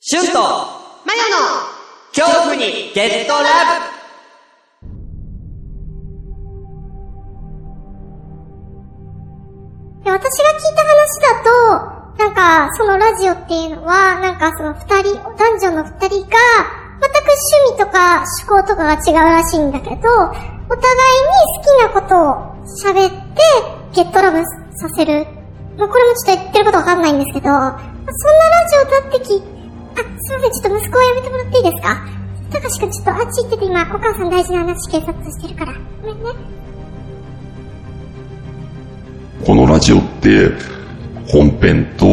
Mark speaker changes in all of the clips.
Speaker 1: シュンと
Speaker 2: マヨの
Speaker 1: 恐怖にゲットラブ
Speaker 3: で私が聞いた話だと、なんか、そのラジオっていうのは、なんかその二人、男女の二人が、全く趣味とか趣向とかが違うらしいんだけど、お互いに好きなことを喋って、ゲットラブさせる。もうこれもちょっと言ってることわかんないんですけど、そんなラジオだってき、あ、すいません、ちょっと息子をやめてもらっていいですかたかしくんちょっとあっち行ってて今、お母さん大事な話警察してるから。ごめんね。
Speaker 4: このラジオって本編と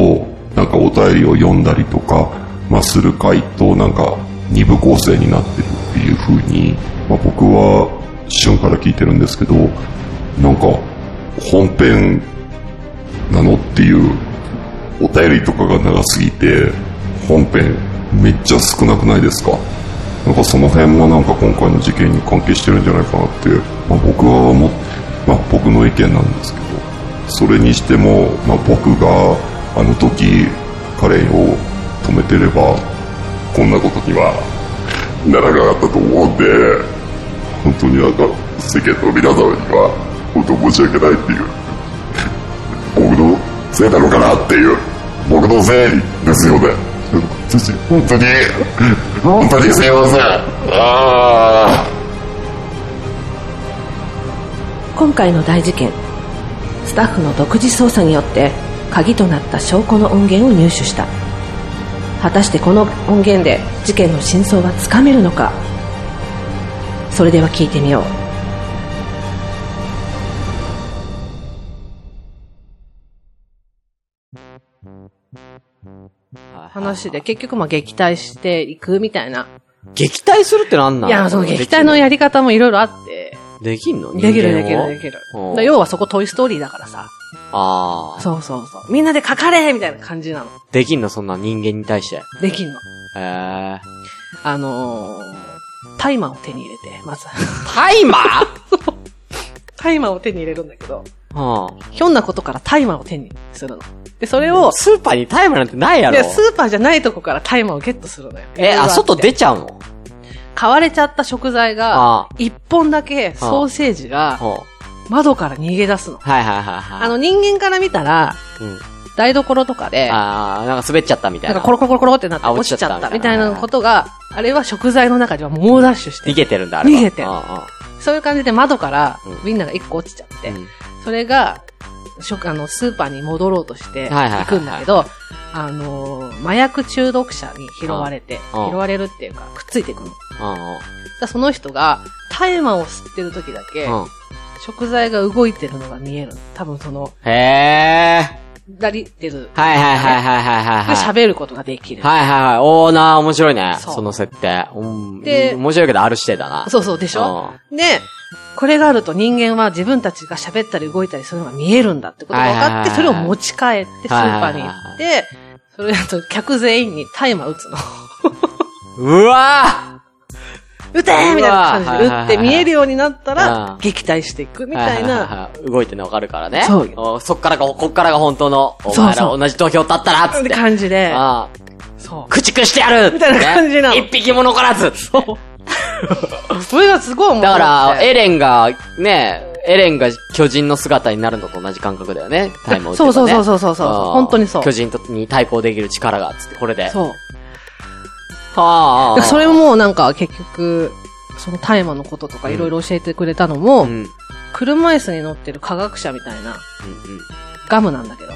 Speaker 4: なんかお便りを読んだりとか、まあ、する回となんか二部構成になってるっていう風に、まあ、僕は旬から聞いてるんですけど、なんか本編なのっていうお便りとかが長すぎて本編めっちゃ少なくないですかなんかその辺もなんか今回の事件に関係してるんじゃないかなって、まあ、僕は思っまあ、僕の意見なんですけどそれにしても、まあ、僕があの時彼を止めてればこんなことにはならなかったと思うんで本当になんか世間の皆様には本当申し訳ないっていう僕のせいなのかなっていう僕のせいですよね本当に本当にすいませんああ
Speaker 5: 今回の大事件スタッフの独自捜査によって鍵となった証拠の音源を入手した果たしてこの音源で事件の真相はつかめるのかそれでは聞いてみよう話で結局まあ撃退していくみたいな。
Speaker 1: 撃退するってなんなん
Speaker 5: いや、その撃退のやり方もいろいろあって。
Speaker 1: できんの
Speaker 5: できるできるできる。
Speaker 1: お
Speaker 5: だから要はそこトイストーリーだからさ。
Speaker 1: ああ。
Speaker 5: そうそうそう。みんなで書かれみたいな感じなの。
Speaker 1: できんのそんな人間に対して。へ
Speaker 5: できんの。
Speaker 1: え。
Speaker 5: あのー、タイマーを手に入れて、まず。
Speaker 1: タイマー
Speaker 5: タイマーを手に入れるんだけ
Speaker 1: う
Speaker 5: ど、
Speaker 1: ん。
Speaker 5: ひょんなことからタイマーを手にするの。で、それを、
Speaker 1: スーパーにタイマーなんてないやろ
Speaker 5: で、。スーパーじゃないとこからタイマーをゲットするのよ。
Speaker 1: え、あ、外出ちゃうの
Speaker 5: 買われちゃった食材が、
Speaker 1: あ
Speaker 5: 一本だけソーセージ
Speaker 1: あ。
Speaker 5: が
Speaker 1: ほ
Speaker 5: 窓から逃げ出すの
Speaker 1: う。。はいはいはいはい。
Speaker 5: あの、人間から見たら、
Speaker 1: うん
Speaker 5: 台所とかで、
Speaker 1: ああ、なんか滑っちゃったみた
Speaker 5: ないんか
Speaker 1: な。
Speaker 5: コロコロコロコロってなって
Speaker 1: あ
Speaker 5: 落
Speaker 1: 落ち
Speaker 5: ちち
Speaker 1: ちゃ
Speaker 5: ゃ
Speaker 1: っ
Speaker 5: ったた
Speaker 1: み
Speaker 5: み
Speaker 1: た
Speaker 5: た
Speaker 1: い
Speaker 5: い
Speaker 1: な
Speaker 5: なことが、あれは食材の中では猛ダッシュして
Speaker 1: 逃
Speaker 5: る、
Speaker 1: げてるんだ、あれは。
Speaker 5: 逃げてる
Speaker 1: うんう
Speaker 5: そういう感じで窓から
Speaker 1: うん
Speaker 5: ウインナーが一個落ちちゃって、
Speaker 1: んうん
Speaker 5: それが、食、あの、スーパーに戻ろうとして、
Speaker 1: はいはいはいはい
Speaker 5: 行くんだけど、あのー麻薬中毒者に拾われて、
Speaker 1: うん
Speaker 5: 拾われるっていうか、くっついていくの。だか
Speaker 1: うんうん
Speaker 5: らその人が、大麻を吸ってる時だけ、
Speaker 1: うん。
Speaker 5: 食材が動いてるのが見える。多分その、
Speaker 1: へえ。
Speaker 5: だりってる。
Speaker 1: はいはいはいはいはいはいは
Speaker 5: で
Speaker 1: い。
Speaker 5: 喋ることができる。
Speaker 1: はいはいはい。おーなー、面白いね。
Speaker 5: そ
Speaker 1: そうの設定。うん。
Speaker 5: で
Speaker 1: 面白いけど、ある指定だな。
Speaker 5: そうそう、でしょで、これがあると人間は自分たちが喋ったり動いたりするのが見えるんだってことが分
Speaker 1: はい
Speaker 5: か
Speaker 1: は
Speaker 5: っ
Speaker 1: い
Speaker 5: て、
Speaker 1: はい
Speaker 5: それを持ち帰ってスーパーに行って、それだと客全員に大麻打つの。
Speaker 1: うん。うわ
Speaker 5: 撃てーみたいな感じ
Speaker 1: う
Speaker 5: で
Speaker 1: わ
Speaker 5: 撃って見えるようになった
Speaker 1: う
Speaker 5: ら
Speaker 1: ん、
Speaker 5: 撃退していく
Speaker 1: ー
Speaker 5: みたい
Speaker 1: はは
Speaker 5: な。
Speaker 1: はは動いてるのわかるからね。
Speaker 5: そうよ
Speaker 1: おそっからが、こっからが本当の、お
Speaker 5: そうそう
Speaker 1: 前ら同じ土俵立ったら、つって。
Speaker 5: 感じで、
Speaker 1: あー
Speaker 5: そう。
Speaker 1: 駆逐してやる
Speaker 5: みたいな感じなの
Speaker 1: ね一匹も残らずそう。
Speaker 5: それがすごい面
Speaker 1: だ
Speaker 5: 白
Speaker 1: か
Speaker 5: い。
Speaker 1: ら、エレンが、ね、エレンが巨人の姿になるのと同じ感覚だよね。タイムを打てばね。
Speaker 5: そうそうそうそうそう
Speaker 1: あー
Speaker 5: 本当にそう
Speaker 1: 巨人とに対抗できる力が、つって、これで。
Speaker 5: そう。
Speaker 1: は
Speaker 5: でそれも、もうなんか結局、その大麻のこととかいろいろ教えてくれたのも、
Speaker 1: うん。うんうん。
Speaker 5: 車椅子に乗ってる科学者みたいなガムなんだけど。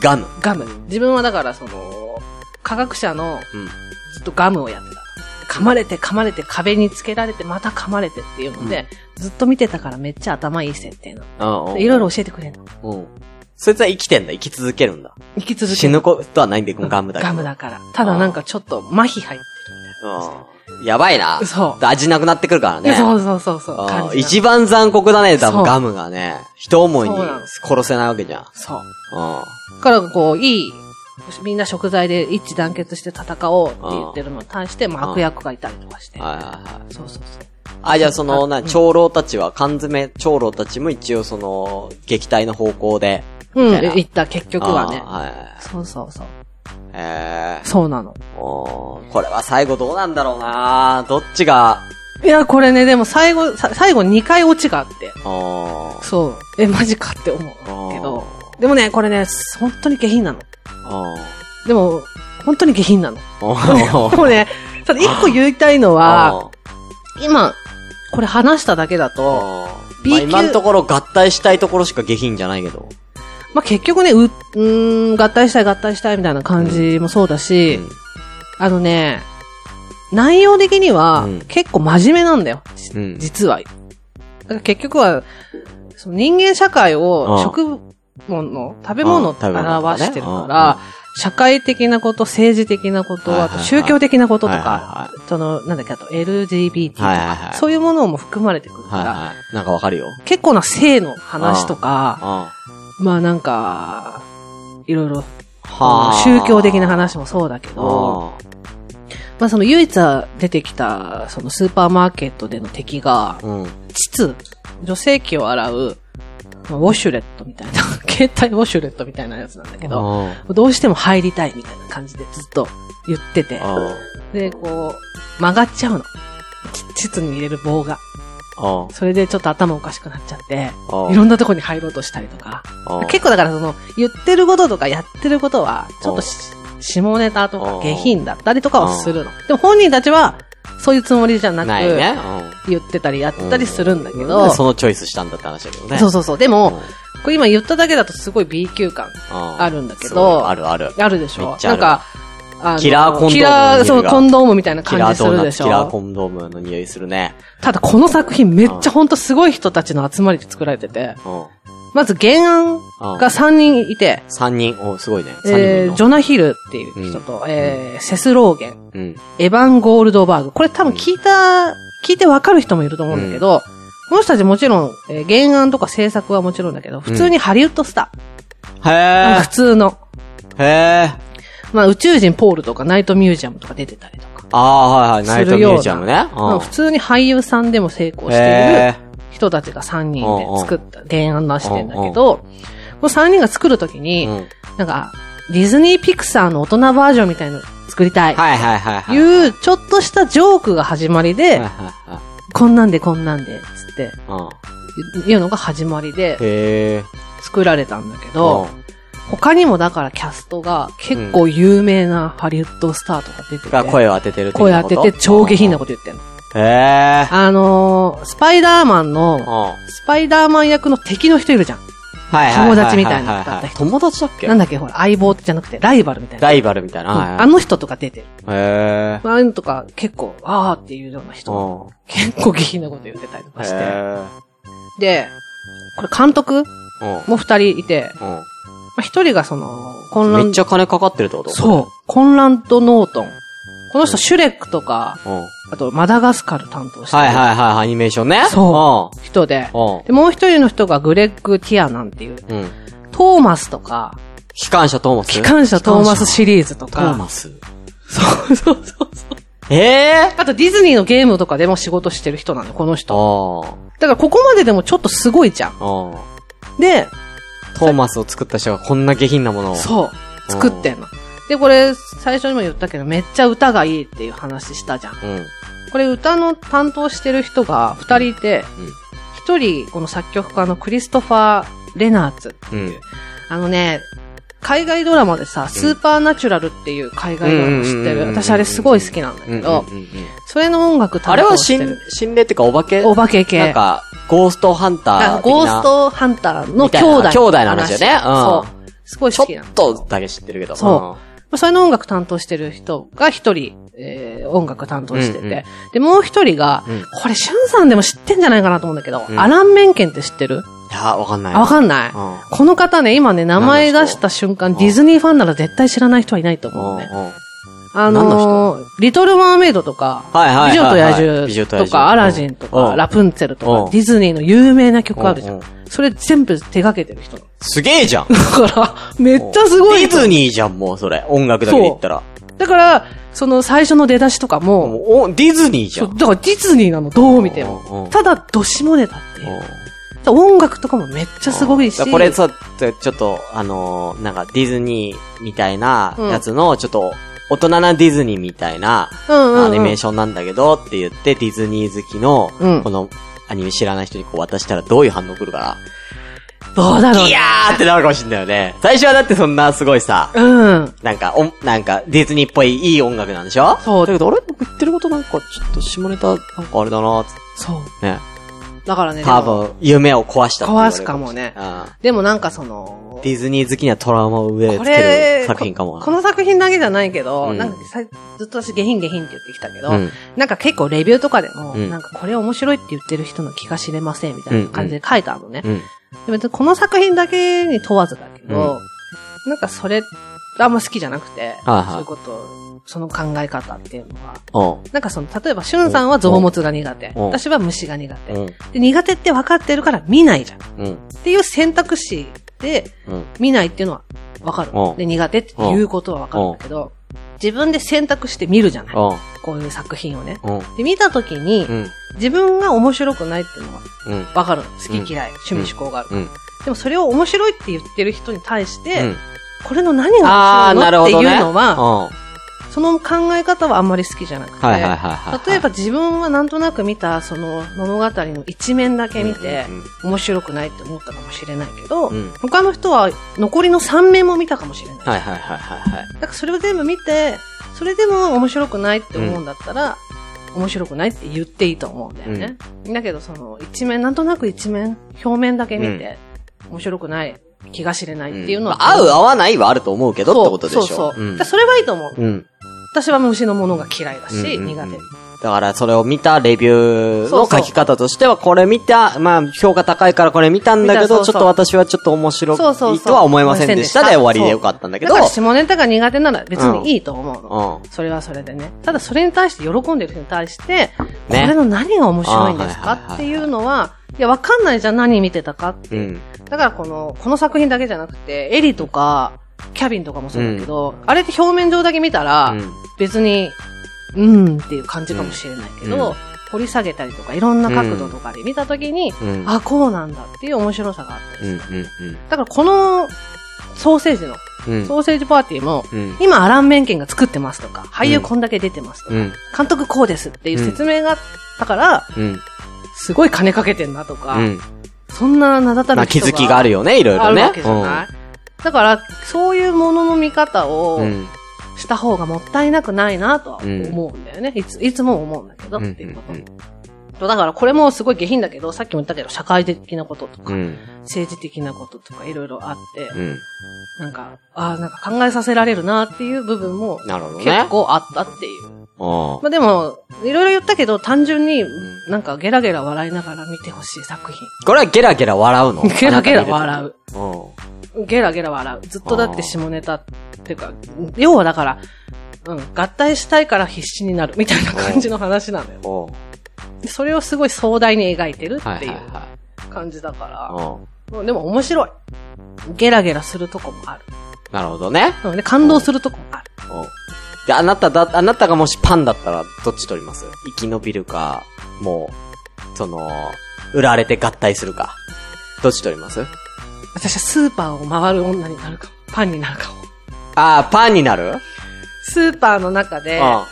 Speaker 1: ガム。
Speaker 5: ガム。自分はだからその、科学者の
Speaker 1: うん、
Speaker 5: ずっとガムをやってた。噛まれて噛まれて壁につけられてまた噛まれてっていうので、ずっと見てたからめっちゃ頭いい設定なの。
Speaker 1: うんうん。
Speaker 5: でいろいろ教えてくれるの。
Speaker 1: うん。そいつは生きてんだ、生き続けるんだ。
Speaker 5: 生き続ける
Speaker 1: 死ぬことはないんで、ガムだけど
Speaker 5: ガムだから。ただなんかちょっと麻痺入ってる
Speaker 1: うん。やばいな。。
Speaker 5: そう
Speaker 1: 味なくなってくるから
Speaker 5: みたいな。
Speaker 1: ね。
Speaker 5: そうそうそうそう。
Speaker 1: うん
Speaker 5: 感じなの
Speaker 1: 一番残酷だね、多
Speaker 5: そ
Speaker 1: 分
Speaker 5: う
Speaker 1: ガムがね。人思いに
Speaker 5: そうなの
Speaker 1: 殺せないわけじゃん。う
Speaker 5: そう。
Speaker 1: ん。
Speaker 5: だからこう、いい、みんな食材で一致団結して戦おうって言ってるのに対して、まあ
Speaker 1: うん
Speaker 5: 悪役がいたりとかして。
Speaker 1: はいはいはい。
Speaker 5: そうそうそう。
Speaker 1: あ、じゃあその、な、
Speaker 5: うん
Speaker 1: 長老たちは、缶詰長老たちも一応その、撃退の方向で。
Speaker 5: う
Speaker 1: み
Speaker 5: ん
Speaker 1: たいな、
Speaker 5: 行った、結局はね
Speaker 1: あ。ーはいはいはい。
Speaker 5: そうそうそう。
Speaker 1: え
Speaker 5: そうなの。
Speaker 1: ー、もう、これは最後どうなんだろうなどっちが、
Speaker 5: いや、これね、でも最後、さ最後2回落ちがあって。
Speaker 1: あー
Speaker 5: そう。え、マジかって思うけど。でもね、これね、本当に下品なの。
Speaker 1: あ
Speaker 5: でも、本当に下品なの。
Speaker 1: ーあー
Speaker 5: もうね、ただ一個言いたいの
Speaker 1: あ
Speaker 5: は、
Speaker 1: ー
Speaker 5: 今、これ話しただけだと、
Speaker 1: あー
Speaker 5: B
Speaker 1: まあ
Speaker 5: 級
Speaker 1: 今のところ合体したいところしか下品じゃないけど。
Speaker 5: まあ、結局ね、う、うーん、合体したい合体したいみたいな感じもそうだし、
Speaker 1: うん
Speaker 5: あのね、内容的には
Speaker 1: うん
Speaker 5: 結構真面目なんだよ。じ
Speaker 1: うん
Speaker 5: 実は。だから結局は、その人間社会
Speaker 1: あ
Speaker 5: を
Speaker 1: あ
Speaker 5: 食物の、食べ
Speaker 1: あ
Speaker 5: 物
Speaker 1: あ
Speaker 5: って
Speaker 1: 食べ物
Speaker 5: 表してるか
Speaker 1: ねああ
Speaker 5: ら、社会的なこと、政治的なこと、
Speaker 1: はいはい
Speaker 5: あ
Speaker 1: はい
Speaker 5: と宗教的なことと
Speaker 1: はいはい
Speaker 5: か、その、なんだっけ、あと LGBT と
Speaker 1: はいはいは
Speaker 5: か
Speaker 1: い、
Speaker 5: そういうものも含まれてくるか
Speaker 1: はい
Speaker 5: ら、
Speaker 1: はい。なんかわかるよ。
Speaker 5: 結構な性の話とか、
Speaker 1: あ
Speaker 5: まあなんか、いろい
Speaker 1: ー
Speaker 5: ろ、
Speaker 1: はあ。
Speaker 5: 宗教的な話もそうだけど、
Speaker 1: あ
Speaker 5: まあその唯一出てきた、そのスーパーマーケットでの敵が
Speaker 1: ー、うん。
Speaker 5: 膣、女性器を洗う、まあウォシュレットみたいな、 携帯ウォシュレットみたいなやつなんだけど、
Speaker 1: あ
Speaker 5: どうしても入りたいみたいな感じでずっと言ってて、
Speaker 1: あ。
Speaker 5: で、こう、曲がっちゃうの。ち膣に入れる棒が。
Speaker 1: あ
Speaker 5: それでちょっと頭おかしくなっちゃって、
Speaker 1: あ。
Speaker 5: いろんなとこに入ろうとしたりとか、
Speaker 1: あ
Speaker 5: 結構だからその、言ってることとかやってることは、ちょっとし下ネタと
Speaker 1: う
Speaker 5: か
Speaker 1: ん
Speaker 5: 下品だったりとかはするの。でも本人たちは、そういうつもりじゃなく、
Speaker 1: ないね。
Speaker 5: 言ってたりやってたりするんだけ
Speaker 1: うん。
Speaker 5: ど、
Speaker 1: なんでそのチョイスしたんだって話だけどね。
Speaker 5: そうそうそう。でも、
Speaker 1: うん
Speaker 5: これ今言っただけだとすごい B 級感あ
Speaker 1: あ
Speaker 5: るんだけど、
Speaker 1: あるある。
Speaker 5: あるでしょ
Speaker 1: めっちゃあ
Speaker 5: な
Speaker 1: る
Speaker 5: んか、あの
Speaker 1: キラーコンドームの
Speaker 5: キラー、そう、
Speaker 1: 匂いが
Speaker 5: コンドームみたいな
Speaker 1: キ
Speaker 5: 感
Speaker 1: ラ
Speaker 5: じ
Speaker 1: ー
Speaker 5: す
Speaker 1: ドー
Speaker 5: る
Speaker 1: ナ
Speaker 5: で
Speaker 1: ツ、
Speaker 5: し
Speaker 1: キラー
Speaker 5: ょ
Speaker 1: コンドームの匂いするね。
Speaker 5: ただこの作品めっちゃほんとすごい人たちの集まりで作られてて、
Speaker 1: うん。
Speaker 5: まず原案が3人いて、
Speaker 1: 3人、おすごいね。3人
Speaker 5: えー、ジ
Speaker 1: ョ
Speaker 5: ョナヒルっていう人と、えー、セスローゲン、
Speaker 1: うん。
Speaker 5: エヴァン・ゴールドバーグ。これ多分聞いた、聞いてわかる人もいると思うんだけど、この人たちもちろん、えー原案とか制作はもちろんだけど、普通にハリウッドスタ
Speaker 1: へ
Speaker 5: ー。
Speaker 1: え
Speaker 5: 普通の。
Speaker 1: へえ
Speaker 5: まあ、宇宙人ポールとかナイトミュージアムとか出てたりとか。
Speaker 1: ああー、はいはい。ナイト
Speaker 5: する
Speaker 1: ミ
Speaker 5: ような
Speaker 1: ュージアムね。
Speaker 5: まあ普通に俳優さんでも成功している
Speaker 1: る。
Speaker 5: 人たちが3人で作った原案出してんだ
Speaker 1: うん
Speaker 5: け
Speaker 1: うん
Speaker 5: ど、この3人が作るときに、
Speaker 1: うん
Speaker 5: なんか、ディズニーピクサーの大人バージョンみたいなの作りたい。
Speaker 1: はいはいはいはい。
Speaker 5: いう、ちょっとしたジョークが始まり
Speaker 1: はい
Speaker 5: で
Speaker 1: は、い
Speaker 5: こんなんでこんなんで、つって、
Speaker 1: はい
Speaker 5: いうのが始まりで
Speaker 1: い。うん。へえ。
Speaker 5: 作られたんだけ
Speaker 1: うん
Speaker 5: ど、他にもだからキャストが結構有名なハリウッドスターとか出て
Speaker 1: が
Speaker 5: て、
Speaker 1: 声を当ててるってこ
Speaker 5: 声
Speaker 1: と
Speaker 5: 当てて超下品なこと言ってんの。
Speaker 1: と。へえ。
Speaker 5: あのー、スパイダーマン
Speaker 1: うん。
Speaker 5: の、
Speaker 1: は
Speaker 5: スパイダーマン役の敵の人いるじゃん。
Speaker 1: いはいはい。
Speaker 5: 友達みたいな人だった人
Speaker 1: 友達だっけ
Speaker 5: なんだっけ、ほら、相棒じゃなくて、ライバルみたいな。
Speaker 1: ライバルみたいな。
Speaker 5: うん
Speaker 1: はいはい
Speaker 5: あの人とか出てる。
Speaker 1: へ
Speaker 5: ああいうのとか結構、あーっていうよう
Speaker 1: ー。
Speaker 5: な人、
Speaker 1: う
Speaker 5: 結構下品なこと言ってたりと
Speaker 1: ん。
Speaker 5: か
Speaker 1: へ
Speaker 5: して。
Speaker 1: ー
Speaker 5: で、これ監督
Speaker 1: うん。
Speaker 5: も二人いて、まあ、一人がその、混
Speaker 1: うん。め
Speaker 5: 乱
Speaker 1: っちゃ金かかってるってこと
Speaker 5: そう。コンランド・ノートン。この人、シュレックとか、
Speaker 1: う。うん。はい
Speaker 5: あと、マダガスカル担当して
Speaker 1: はい
Speaker 5: る
Speaker 1: はい、アニメーションね。
Speaker 5: そ人で。
Speaker 1: うん。
Speaker 5: で、もう一人の人がグレッグ・ティアなんていう、
Speaker 1: うん。うん。
Speaker 5: トーマスとか、
Speaker 1: 機関車トーマス
Speaker 5: 機関車トーマスシリーズと
Speaker 1: トー
Speaker 5: か、
Speaker 1: マス。
Speaker 5: そうそうそうそう。
Speaker 1: ええ
Speaker 5: あと、ディズニーのゲームとかでも仕事してる人なの、この
Speaker 1: ー、
Speaker 5: 人。
Speaker 1: あ
Speaker 5: だから、ここまででもちょっとすごいじゃん。
Speaker 1: あ。うん。
Speaker 5: で、
Speaker 1: トーマスを作った人がこんな下品なものを。
Speaker 5: そう、作ってんの。で、これ、最初にも言ったけど、めっちゃ歌がいいっていう話したじゃん。
Speaker 1: う。うん。
Speaker 5: これ歌の担当してる人が二人いて
Speaker 1: うん、
Speaker 5: 一、人、この作曲家のクリストファー・レナーツ。
Speaker 1: うん。
Speaker 5: あのね、海外ドラマでさ、スーパーナチュラルっていう海外ドラマ知って
Speaker 1: う
Speaker 5: る。
Speaker 1: ん
Speaker 5: 私あれすごい好きなん
Speaker 1: うん
Speaker 5: だ
Speaker 1: う
Speaker 5: け
Speaker 1: ん
Speaker 5: ど、
Speaker 1: うんうん。
Speaker 5: それの音楽担
Speaker 1: あれは
Speaker 5: 当して
Speaker 1: 心
Speaker 5: る。、
Speaker 1: 心霊っていうかお化け
Speaker 5: お化け系。
Speaker 1: なんか、ゴーストハンター的な。
Speaker 5: あゴーストハンター
Speaker 1: み
Speaker 5: の兄
Speaker 1: たいな
Speaker 5: 弟。
Speaker 1: 兄弟の話だよね
Speaker 5: そう。すごい
Speaker 1: ちょ
Speaker 5: 好きなの
Speaker 1: っ。とだけ知ってるけど。
Speaker 5: そそれの音楽担当してる人が一人、えー、音楽担当してて、
Speaker 1: うんうん
Speaker 5: で、もう一人が、
Speaker 1: うん
Speaker 5: これ、シュンさんでも知ってんじゃないかなと思うんだけど、
Speaker 1: うん
Speaker 5: アラン・メンケンって知ってる、
Speaker 1: うん。いや、わかんない。
Speaker 5: あ、わ
Speaker 1: ん
Speaker 5: かんな
Speaker 1: う
Speaker 5: い、
Speaker 1: ん
Speaker 5: この方ね、今ね、名前
Speaker 1: 何の
Speaker 5: 出
Speaker 1: 人
Speaker 5: した瞬間、
Speaker 1: ん
Speaker 5: ディズニーファンなら絶対知らない人はいないと思うね。
Speaker 1: うんうん。
Speaker 5: あ
Speaker 1: 何
Speaker 5: の
Speaker 1: の
Speaker 5: ー、リトル・マーメイドとか、
Speaker 1: はいはいはい
Speaker 5: 美女と野
Speaker 1: はい美女
Speaker 5: 獣
Speaker 1: と野
Speaker 5: と
Speaker 1: 獣
Speaker 5: か、アラジンと
Speaker 1: う
Speaker 5: か、
Speaker 1: ん
Speaker 5: ラプンツェルと
Speaker 1: う
Speaker 5: か
Speaker 1: ん、
Speaker 5: ディズニーの有名な曲あるじゃ
Speaker 1: うんん。
Speaker 5: それ全部手掛けてる人なの
Speaker 1: すげえじゃん。
Speaker 5: だから、めっちゃすごい
Speaker 1: ディ
Speaker 5: 人
Speaker 1: ズニーじゃん、もうそれ。音楽だけで言ったら。
Speaker 5: だから、その最初の出だしとかも、
Speaker 1: もうおディズニーじゃ
Speaker 5: そ
Speaker 1: ん
Speaker 5: う、。だからディズニーなの、どう見て
Speaker 1: うんうんう
Speaker 5: も
Speaker 1: ん。
Speaker 5: ただ、どしもネタっていう。音楽とかもめっちゃすごいし。
Speaker 1: これそう、ちょっと、あのーなんかディズニーみたいなやつの、ちょっと、大人なディズニーみたいな、
Speaker 5: うんうんうん
Speaker 1: アニメーションなんだけどって言って、ディズニー好きの
Speaker 5: うん、
Speaker 1: このアニメ知らない人にこう渡したらどういう反応来るか
Speaker 5: どうだろう
Speaker 1: な。
Speaker 5: ね
Speaker 1: いやーってなるかもしんないよね。最初はだってそんなすごいさ、
Speaker 5: うん。
Speaker 1: なんか、お、なんか、ディズニーっぽいいい音楽なんでしょ
Speaker 5: そう
Speaker 1: だけど、あれ僕言ってることなんか、ちょっと下ネタ、なんかあれだなーっつっ
Speaker 5: そう。
Speaker 1: てね。
Speaker 5: だからね、で
Speaker 1: 多
Speaker 5: も
Speaker 1: 分、夢を壊したって言われ
Speaker 5: 壊
Speaker 1: る
Speaker 5: すかもね
Speaker 1: う。ん。
Speaker 5: でもなんかその、
Speaker 1: ディズニー好きにはトラウマを植え
Speaker 5: こ
Speaker 1: 付け
Speaker 5: れ
Speaker 1: る、作品かも
Speaker 5: こ
Speaker 1: な。
Speaker 5: この作品だけじゃないけど、
Speaker 1: うん
Speaker 5: なんかさずっと私下品下品って言ってきたけど、
Speaker 1: うん
Speaker 5: なんか結構レビューとかでも、
Speaker 1: うん
Speaker 5: なんかこれ面白いって言ってる人の気が知れませんみたいな感じで書いてあるのね。
Speaker 1: うん。
Speaker 5: で別にこの作品だけに問わずだけど、なんかそれ、あんま好きじゃなくて、
Speaker 1: はいはい
Speaker 5: そういうこと、その考え方っていうのは、
Speaker 1: おう
Speaker 5: なんかその、例えば、しゅんさんは臓物が苦手。
Speaker 1: うん
Speaker 5: 私は虫が苦
Speaker 1: う
Speaker 5: 手。
Speaker 1: ん。
Speaker 5: で苦手って分かってるから見ないじゃん。っ
Speaker 1: うん。
Speaker 5: ていう選択肢で、
Speaker 1: うん。
Speaker 5: 見ないっていうのは分かる
Speaker 1: う。ん
Speaker 5: で、苦手っていうことは分かるんだけど、自分で選択して見るじゃない。
Speaker 1: おう
Speaker 5: こういう作品をね。
Speaker 1: うん。
Speaker 5: で、見たときに
Speaker 1: う、ん。
Speaker 5: 自分が面白くないっていうのは
Speaker 1: うん。
Speaker 5: 分かるの。好き嫌い、趣味趣向がある。
Speaker 1: うん。
Speaker 5: でもそれを面白いって言ってる人に対して、
Speaker 1: うん。
Speaker 5: これの何が
Speaker 1: あー、
Speaker 5: 面
Speaker 1: なる
Speaker 5: 白
Speaker 1: ほ
Speaker 5: いの
Speaker 1: ど
Speaker 5: って
Speaker 1: ね。
Speaker 5: いうのは、
Speaker 1: は、
Speaker 5: その考え方はあんまり好きじゃなくて、
Speaker 1: はいはいはいはい。
Speaker 5: 例えば自分はなんとなく見たその物語の一面だけ見て
Speaker 1: うんうん
Speaker 5: 面白くないって思ったかもしれないけど、
Speaker 1: うん
Speaker 5: 他の人は残りの3面も見たかもしれない。
Speaker 1: はいはいはいはいはい。
Speaker 5: だからそれを全部見て、それでも面白くないって思うんだったら、面白くないって言っていいと思うんだよね。だけどその一面、なんとなく一面、表面だけ見て、面白くない、気が知れないっていうのは。
Speaker 1: まあ合う合わないはあると思うけどってことでしょ。
Speaker 5: そうそうそう。
Speaker 1: うん
Speaker 5: だからそれはいいと思う。
Speaker 1: うん。
Speaker 5: 私は虫のものが嫌いだし、
Speaker 1: うん
Speaker 5: 苦手。
Speaker 1: だから、それを見たレビューの書き方としては、これ見た、まあ、評価高いからこれ見たんだけ
Speaker 5: 見
Speaker 1: ど、
Speaker 5: たそう
Speaker 1: ち
Speaker 5: そう
Speaker 1: ょっと私はちょっと面白い
Speaker 5: そうそうそう
Speaker 1: とは思いませんでしたで終わりでよかったんだけど、
Speaker 5: だ
Speaker 1: う
Speaker 5: から下ネタが苦手なら別にいいと思うの。
Speaker 1: ん。
Speaker 5: それはそれでね。ただそれに対して喜んでる人に対して、こ
Speaker 1: ね
Speaker 5: れの何が面白いんです
Speaker 1: あーはいはいはいは
Speaker 5: か
Speaker 1: い
Speaker 5: っていうのは、いや、わかんないじゃん、何見てたかって。
Speaker 1: うん。
Speaker 5: だからこの、この作品だけじゃなくて、エリとか、キャビンとかもそうだけど、あれって表面上だけ見たら
Speaker 1: う、ん
Speaker 5: 別に、うんっていう感じかもしれないけ
Speaker 1: う
Speaker 5: ど
Speaker 1: ん、
Speaker 5: 掘り下げたりとか、いろんな角度とかで見たときに、
Speaker 1: うん。
Speaker 5: あ、こうなんだっていう面白さがあった
Speaker 1: う
Speaker 5: り
Speaker 1: ん、
Speaker 5: す
Speaker 1: うん、
Speaker 5: る。だからこの、ソーセージの、
Speaker 1: うん。うん。
Speaker 5: ソーセージパーティーも、
Speaker 1: うん。
Speaker 5: 今アラン・メンケンが作ってますとか、俳優こんだけ出てますとか、
Speaker 1: うん。
Speaker 5: 監督こうですっていう説明があったから、
Speaker 1: うん。
Speaker 5: すごい金かけてんなとか、
Speaker 1: うん。
Speaker 5: そんな名だた
Speaker 1: ま
Speaker 5: る
Speaker 1: あ、気
Speaker 5: 人が
Speaker 1: づきがあるよね、いろい
Speaker 5: あ
Speaker 1: ろ
Speaker 5: る
Speaker 1: ね。
Speaker 5: わけじゃない、だから、そういうものの見方を
Speaker 1: うん。うん。
Speaker 5: した方がもったいなくないなとは思うんだよね。いつ、いつも思うんだけど、
Speaker 1: う
Speaker 5: っていうこと。
Speaker 1: ん。
Speaker 5: とだからこれもすごい下品だけど、さっきも言ったけど、社会的なことと
Speaker 1: う
Speaker 5: か、
Speaker 1: ん。
Speaker 5: 政治的なこととかいろいろあって、
Speaker 1: うん。
Speaker 5: なんか、ああ、なんか考えさせられるなっていう部分も
Speaker 1: なるほどね。
Speaker 5: 結構あったっていう。
Speaker 1: 構。
Speaker 5: まあでも、いろいろ言ったけど、単純に
Speaker 1: ん
Speaker 5: なんかゲラゲラ笑いながら見てほしい作品。
Speaker 1: これはゲラゲラ笑うの
Speaker 5: ゲラゲラ笑う。
Speaker 1: う。う
Speaker 5: ゲラゲラ笑う。ずっとだって下ネタっていうか、要はだから、うん、合体したいから必死になるみたいな感じの話なのよ。
Speaker 1: ん。おう
Speaker 5: それをすごい壮大に描いてる
Speaker 1: は
Speaker 5: っ
Speaker 1: い
Speaker 5: て
Speaker 1: はいいうは
Speaker 5: 感じだか
Speaker 1: い。うん。
Speaker 5: ら。うんでも面白い。ゲラゲラするとこもある。
Speaker 1: なるほどね。
Speaker 5: うんで、感動するとこもある。
Speaker 1: うん。で、あなただ、あなたがもしパンだったら、どっち取ります生き延びるか、もう、その、売られて合体するか。どっち取ります
Speaker 5: 私はスーパーを回る女になるかも。パンになるかも。
Speaker 1: あー、パンになる
Speaker 5: スーパーの中
Speaker 1: う
Speaker 5: で、
Speaker 1: ん。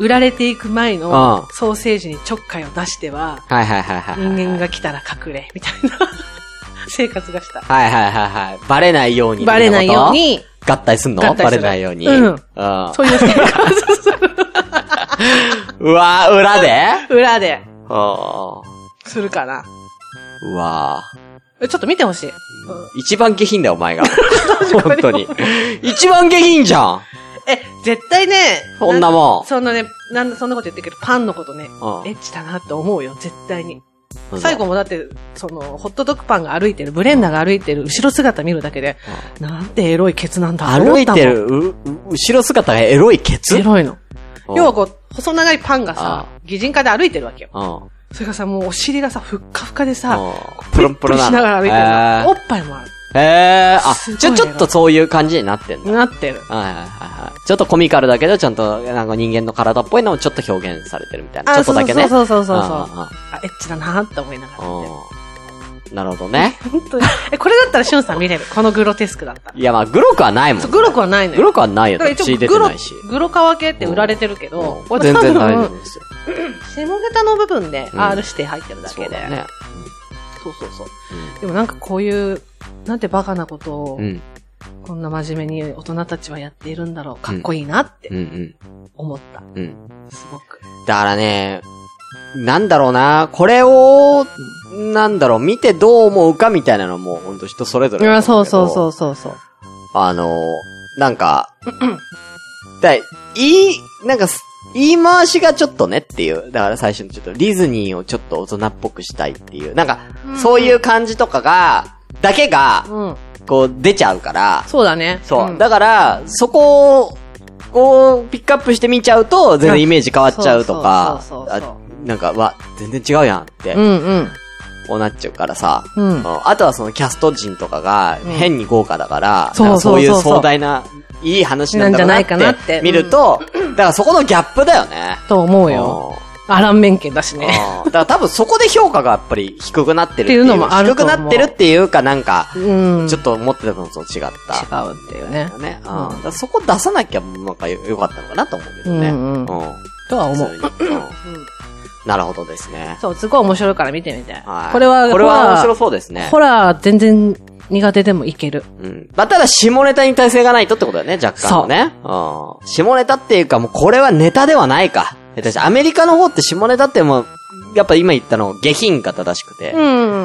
Speaker 5: 売られていく前
Speaker 1: うん
Speaker 5: のソーセージにちょっかいを出しては、
Speaker 1: はいはいはいはい。
Speaker 5: 人間が来たら隠れ、みたいな 生活がした。
Speaker 1: はいはいはいはい。バレないように。
Speaker 5: バレないよう。に、
Speaker 1: 合体すんの
Speaker 5: 合体する
Speaker 1: バレないように。
Speaker 5: うん
Speaker 1: うん
Speaker 5: そういう生活をす
Speaker 1: うわー、裏で
Speaker 5: る裏で、
Speaker 1: うん
Speaker 5: するかな。
Speaker 1: うわー。
Speaker 5: ちょっと見てほしい。
Speaker 1: 一番下品だよ、お前 が。本当に。一番下品じゃん
Speaker 5: え、絶対ね、
Speaker 1: そんなもん
Speaker 5: そのね、なんだ、そんなこと言ってるけど、パンのことね、エ
Speaker 1: ん
Speaker 5: ッチだなって思うよ、絶対に。最後もだって、その、ホットドッグパンが歩いてる、ブレンダーが歩いてる、後ろ姿見るだけで、なんてエロいケツなんだと
Speaker 1: 歩
Speaker 5: 思っ
Speaker 1: い
Speaker 5: たもん
Speaker 1: てる、う、う後ろ姿がエロいケツ
Speaker 5: エロいの。
Speaker 1: うん
Speaker 5: 要はこう、細長いパンがさ
Speaker 1: あ、
Speaker 5: 擬人化で歩いてるわけよ。
Speaker 1: うん。うん
Speaker 5: それがさ、もうお尻がさ、ふっかふかでさ、
Speaker 1: プロンプロ
Speaker 5: プリ
Speaker 1: な
Speaker 5: し
Speaker 1: の。
Speaker 5: ながら歩いてる
Speaker 1: え
Speaker 5: のおっぱいもある。
Speaker 1: ーえー、あ
Speaker 5: すご、い
Speaker 1: じゃ、ちょっとそういう感じになってんだ。
Speaker 5: なってる。
Speaker 1: はいはいはいはい。ちょっとコミカルだけど、ちゃんと、なんか人間の体っぽいのをちょっと表現されてるみたいな。ちょっとだけね。
Speaker 5: そうそうそうそうそうそう。
Speaker 1: あ
Speaker 5: あ、エッチだなって思いながら見て。
Speaker 1: あなるほどね。
Speaker 5: 本 当に。え、これだったらしゅんさん見れる。このグロテスクだったら。
Speaker 1: いや、まあ、グロくはないもん、
Speaker 5: そうグロくはないのよ。
Speaker 1: グロくはないよ
Speaker 5: だか
Speaker 1: ね。
Speaker 5: ら一応
Speaker 1: 血出て
Speaker 5: グロ
Speaker 1: ないし。
Speaker 5: グロ革系って売られてるけど、
Speaker 1: うん全然大丈夫
Speaker 5: こ
Speaker 1: ですよ。
Speaker 5: れ多分下桁の部分で
Speaker 1: うん
Speaker 5: R して入ってるだけ
Speaker 1: そう
Speaker 5: で。
Speaker 1: だね。
Speaker 5: そうそうそう。でもなんかこういう、なんてバカなことを
Speaker 1: う、ん。
Speaker 5: こんな真面目に大人たちはやっているんだろう。かっこいいなって
Speaker 1: うん。うん。
Speaker 5: 思った。
Speaker 1: うん。うん。
Speaker 5: すごく。
Speaker 1: だからね、なんだろうな、これを、なんだろう、見てどう思うかみたいなのも、ほんと人それぞれ。
Speaker 5: そうそうそう。そうそう。
Speaker 1: あの、なん か、だいい、なんかす、言い回しがちょっとねっていう。だから最初にちょっとディズニーをちょっと大人っぽくしたいっていう。なんか、そういう感じとかが、だけが、
Speaker 5: うん。
Speaker 1: こう出ちゃうから、
Speaker 5: そうだね。
Speaker 1: そう。
Speaker 5: ん
Speaker 1: だから、そこを、ピックアップしてみちゃうと、全然イメージ変わっちゃうとか
Speaker 5: そう、そうそうそう
Speaker 1: あなんか、わ、全然違うやんって
Speaker 5: う、んうん。
Speaker 1: こうなっちゃうからさ。
Speaker 5: うん。
Speaker 1: あとはそのキャスト陣とかが
Speaker 5: うん
Speaker 1: 変に豪華だから、
Speaker 5: そう
Speaker 1: なんかそうい
Speaker 5: そう
Speaker 1: う
Speaker 5: そうそう
Speaker 1: 壮大な、いい話なんだろう
Speaker 5: なんじゃな
Speaker 1: ないっ
Speaker 5: かなって
Speaker 1: て見ると、だからそこのギャップだよね。
Speaker 5: と思うよ。アラン免許だし
Speaker 1: うん。
Speaker 5: ね。
Speaker 1: うんだから多分そこで評価がやっぱり低くなってる
Speaker 5: っていうのもあると
Speaker 1: 低
Speaker 5: 思う
Speaker 1: くなってるっていうかなんか、
Speaker 5: うん。
Speaker 1: ちょっと思ってたのと違った。
Speaker 5: 違うっていうね。
Speaker 1: ね。うん。
Speaker 5: うん
Speaker 1: だからそこ出さなきゃ、なんかよ良かったのかなと思うけどね。
Speaker 5: うんうん
Speaker 1: うん。
Speaker 5: とは思
Speaker 1: 普
Speaker 5: う。
Speaker 1: 通に。うんなるほどですね。
Speaker 5: そう、すごい面白いから見てみて。
Speaker 1: はい。
Speaker 5: これは、
Speaker 1: これは面白
Speaker 5: そ
Speaker 1: そうですね
Speaker 5: ホ。ラー全然苦手でもいける。
Speaker 1: うん。まあ、ただ、下ネタに耐性がないとってことだよね、若干のね。うん。下ネタっていうか、もうこれはネタではないか。私、アメリカの方って下ネタってもう、やっぱ今言ったの、下品が正しくて。
Speaker 5: ん。
Speaker 1: う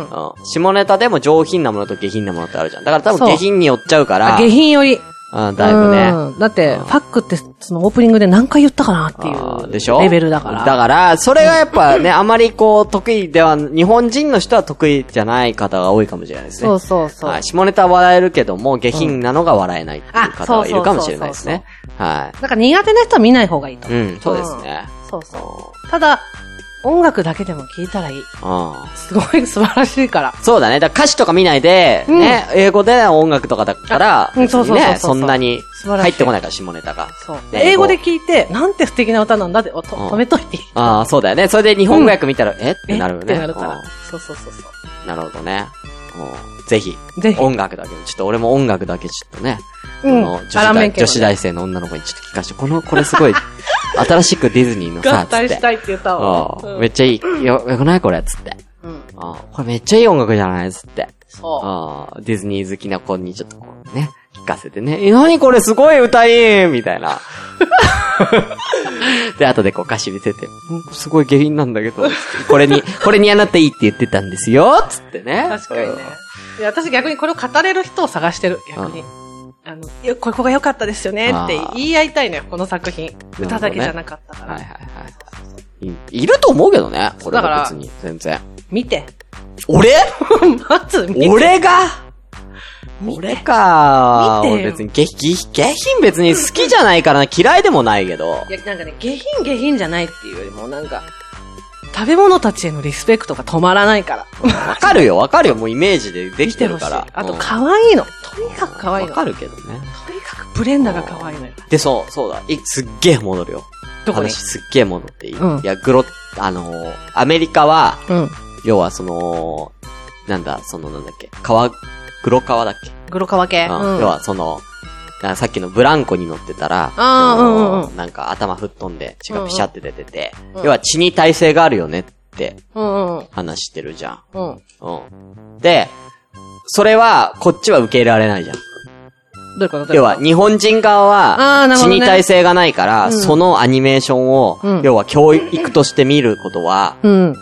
Speaker 1: ん。下ネタでも上品なものと下品なものってあるじゃん。だから多
Speaker 5: そう
Speaker 1: 分下品に寄っちゃうから。
Speaker 5: 下品より。
Speaker 1: うん、だいぶね。
Speaker 5: うんだって、ファックって、そのオープニングで何回言ったかなって
Speaker 1: あーでし
Speaker 5: い
Speaker 1: ょ
Speaker 5: うレベルだから。
Speaker 1: だから、それがやっぱね、あまりこう、得意では、日本人の人は得意じゃない方が多いかもしれないですね。
Speaker 5: そうそうそう。
Speaker 1: はい。下ネタは笑えるけども、下品なのが笑えないっていう
Speaker 5: あそ
Speaker 1: 方
Speaker 5: う
Speaker 1: がいるかもしれないですね。は
Speaker 5: だから苦手な人は見ない方がいいと。
Speaker 1: い。うん、そうですね。
Speaker 5: そうそう。ただ、音楽だけでも聴いたらいい。
Speaker 1: うん。
Speaker 5: すごい素晴らしいから。
Speaker 1: そうだね。だから歌詞とか見ないで、
Speaker 5: うん
Speaker 1: ね、英語で音楽とかだから、
Speaker 5: うん
Speaker 1: 別
Speaker 5: そう
Speaker 1: に
Speaker 5: そうそうそう
Speaker 1: ね、そんなに
Speaker 5: 素晴らしい
Speaker 1: 入ってこないから、下ネタが。
Speaker 5: そう。
Speaker 1: ね
Speaker 5: 英語で聞いて、なんて素敵な歌なんだって、おと
Speaker 1: うん
Speaker 5: 止めといていい。
Speaker 1: ああ、そうだよね。それで日本語訳見たら、えってなるよね。
Speaker 5: えってなるから
Speaker 1: う。
Speaker 5: そうそうそうそ
Speaker 1: んなるほどね。うんぜひ、
Speaker 5: う。 ぜひ。
Speaker 1: 音楽だけ、ちょっと俺も音楽だけちょっとね、
Speaker 5: う
Speaker 1: そ
Speaker 5: ん
Speaker 1: の女子
Speaker 5: アラ
Speaker 1: 大
Speaker 5: ン免許のね
Speaker 1: 女子大生の女の子にちょっと聞かして、この、これすごい、新しくディズニーのさ、
Speaker 5: 合
Speaker 1: つっ
Speaker 5: 体
Speaker 1: て
Speaker 5: し。たいって言ったわ。
Speaker 1: うん
Speaker 5: うん
Speaker 1: めっちゃいい、よ、よくないこれ、つって。
Speaker 5: うん。
Speaker 1: うんこれめっちゃいい音楽じゃないつって。
Speaker 5: そ
Speaker 1: うんディズニー好きな子にちょっとこうね、聞かせてね、え、なにこれすごい歌いいみたい な。で、後でこう歌詞見せて、うんすごい下品なんだけど、つってこれに、これにあなたいいって言ってたんですよつってね
Speaker 5: う。。確かにね。いや、私逆にこれを語れる人を探してる、逆に。あの、よここが良かったですよねって
Speaker 1: あー
Speaker 5: 言い合いたいのよ、この作品。
Speaker 1: どね
Speaker 5: 歌だけじゃなかったか
Speaker 1: うん。
Speaker 5: ら。
Speaker 1: はいはいはいい。いると思うけどね、これ
Speaker 5: だから
Speaker 1: は別に、全然。
Speaker 5: 見て。
Speaker 1: 俺
Speaker 5: まず見て。
Speaker 1: 俺が俺か
Speaker 5: 見てよ
Speaker 1: 俺別に下品、下品別に好きじゃないからな、嫌いでもないけど
Speaker 5: い。や、なんかね、下品下品じゃないっていうよりも、なんか、食べ物たちへのリスペクトが止まらないから。
Speaker 1: わかるよ、わかるよ、もうイメージでで
Speaker 5: 見
Speaker 1: きて
Speaker 5: てほ
Speaker 1: る
Speaker 5: しい。
Speaker 1: から。
Speaker 5: あと、
Speaker 1: うん
Speaker 5: 可愛いの。とにかく可愛いの。
Speaker 1: わか
Speaker 5: と
Speaker 1: るけどね。
Speaker 5: にかくブレンダーが可愛いのよ。
Speaker 1: で、そう、そうだ。いすっげえ戻るよ。
Speaker 5: どこに
Speaker 1: 話すっげえ戻っていい、
Speaker 5: うん
Speaker 1: いや、グロ、あのーアメリカは、
Speaker 5: うん。
Speaker 1: 要はその、なんだ、そのなんだっけ、川、黒川だっけ、
Speaker 5: 黒川系。
Speaker 1: うん要はその、なさっきのブランコに乗ってたら、
Speaker 5: あー
Speaker 1: そ
Speaker 5: うん
Speaker 1: の
Speaker 5: うんう
Speaker 1: なんか頭吹っ飛んで血がピシャって出てて、
Speaker 5: うん
Speaker 1: 要は血に耐性があるよねって
Speaker 5: うんうん。
Speaker 1: 話してるじゃん。
Speaker 5: うん。
Speaker 1: うん。で、それは、こっちは受け入れられないじゃん。
Speaker 5: どういうこと
Speaker 1: 要は、、日本人側
Speaker 5: あー
Speaker 1: は
Speaker 5: なる、
Speaker 1: 血
Speaker 5: ほどね
Speaker 1: に耐性がないから、
Speaker 5: うん
Speaker 1: そのアニメーションを、
Speaker 5: うん
Speaker 1: 要は教育として見ることは、
Speaker 5: うん。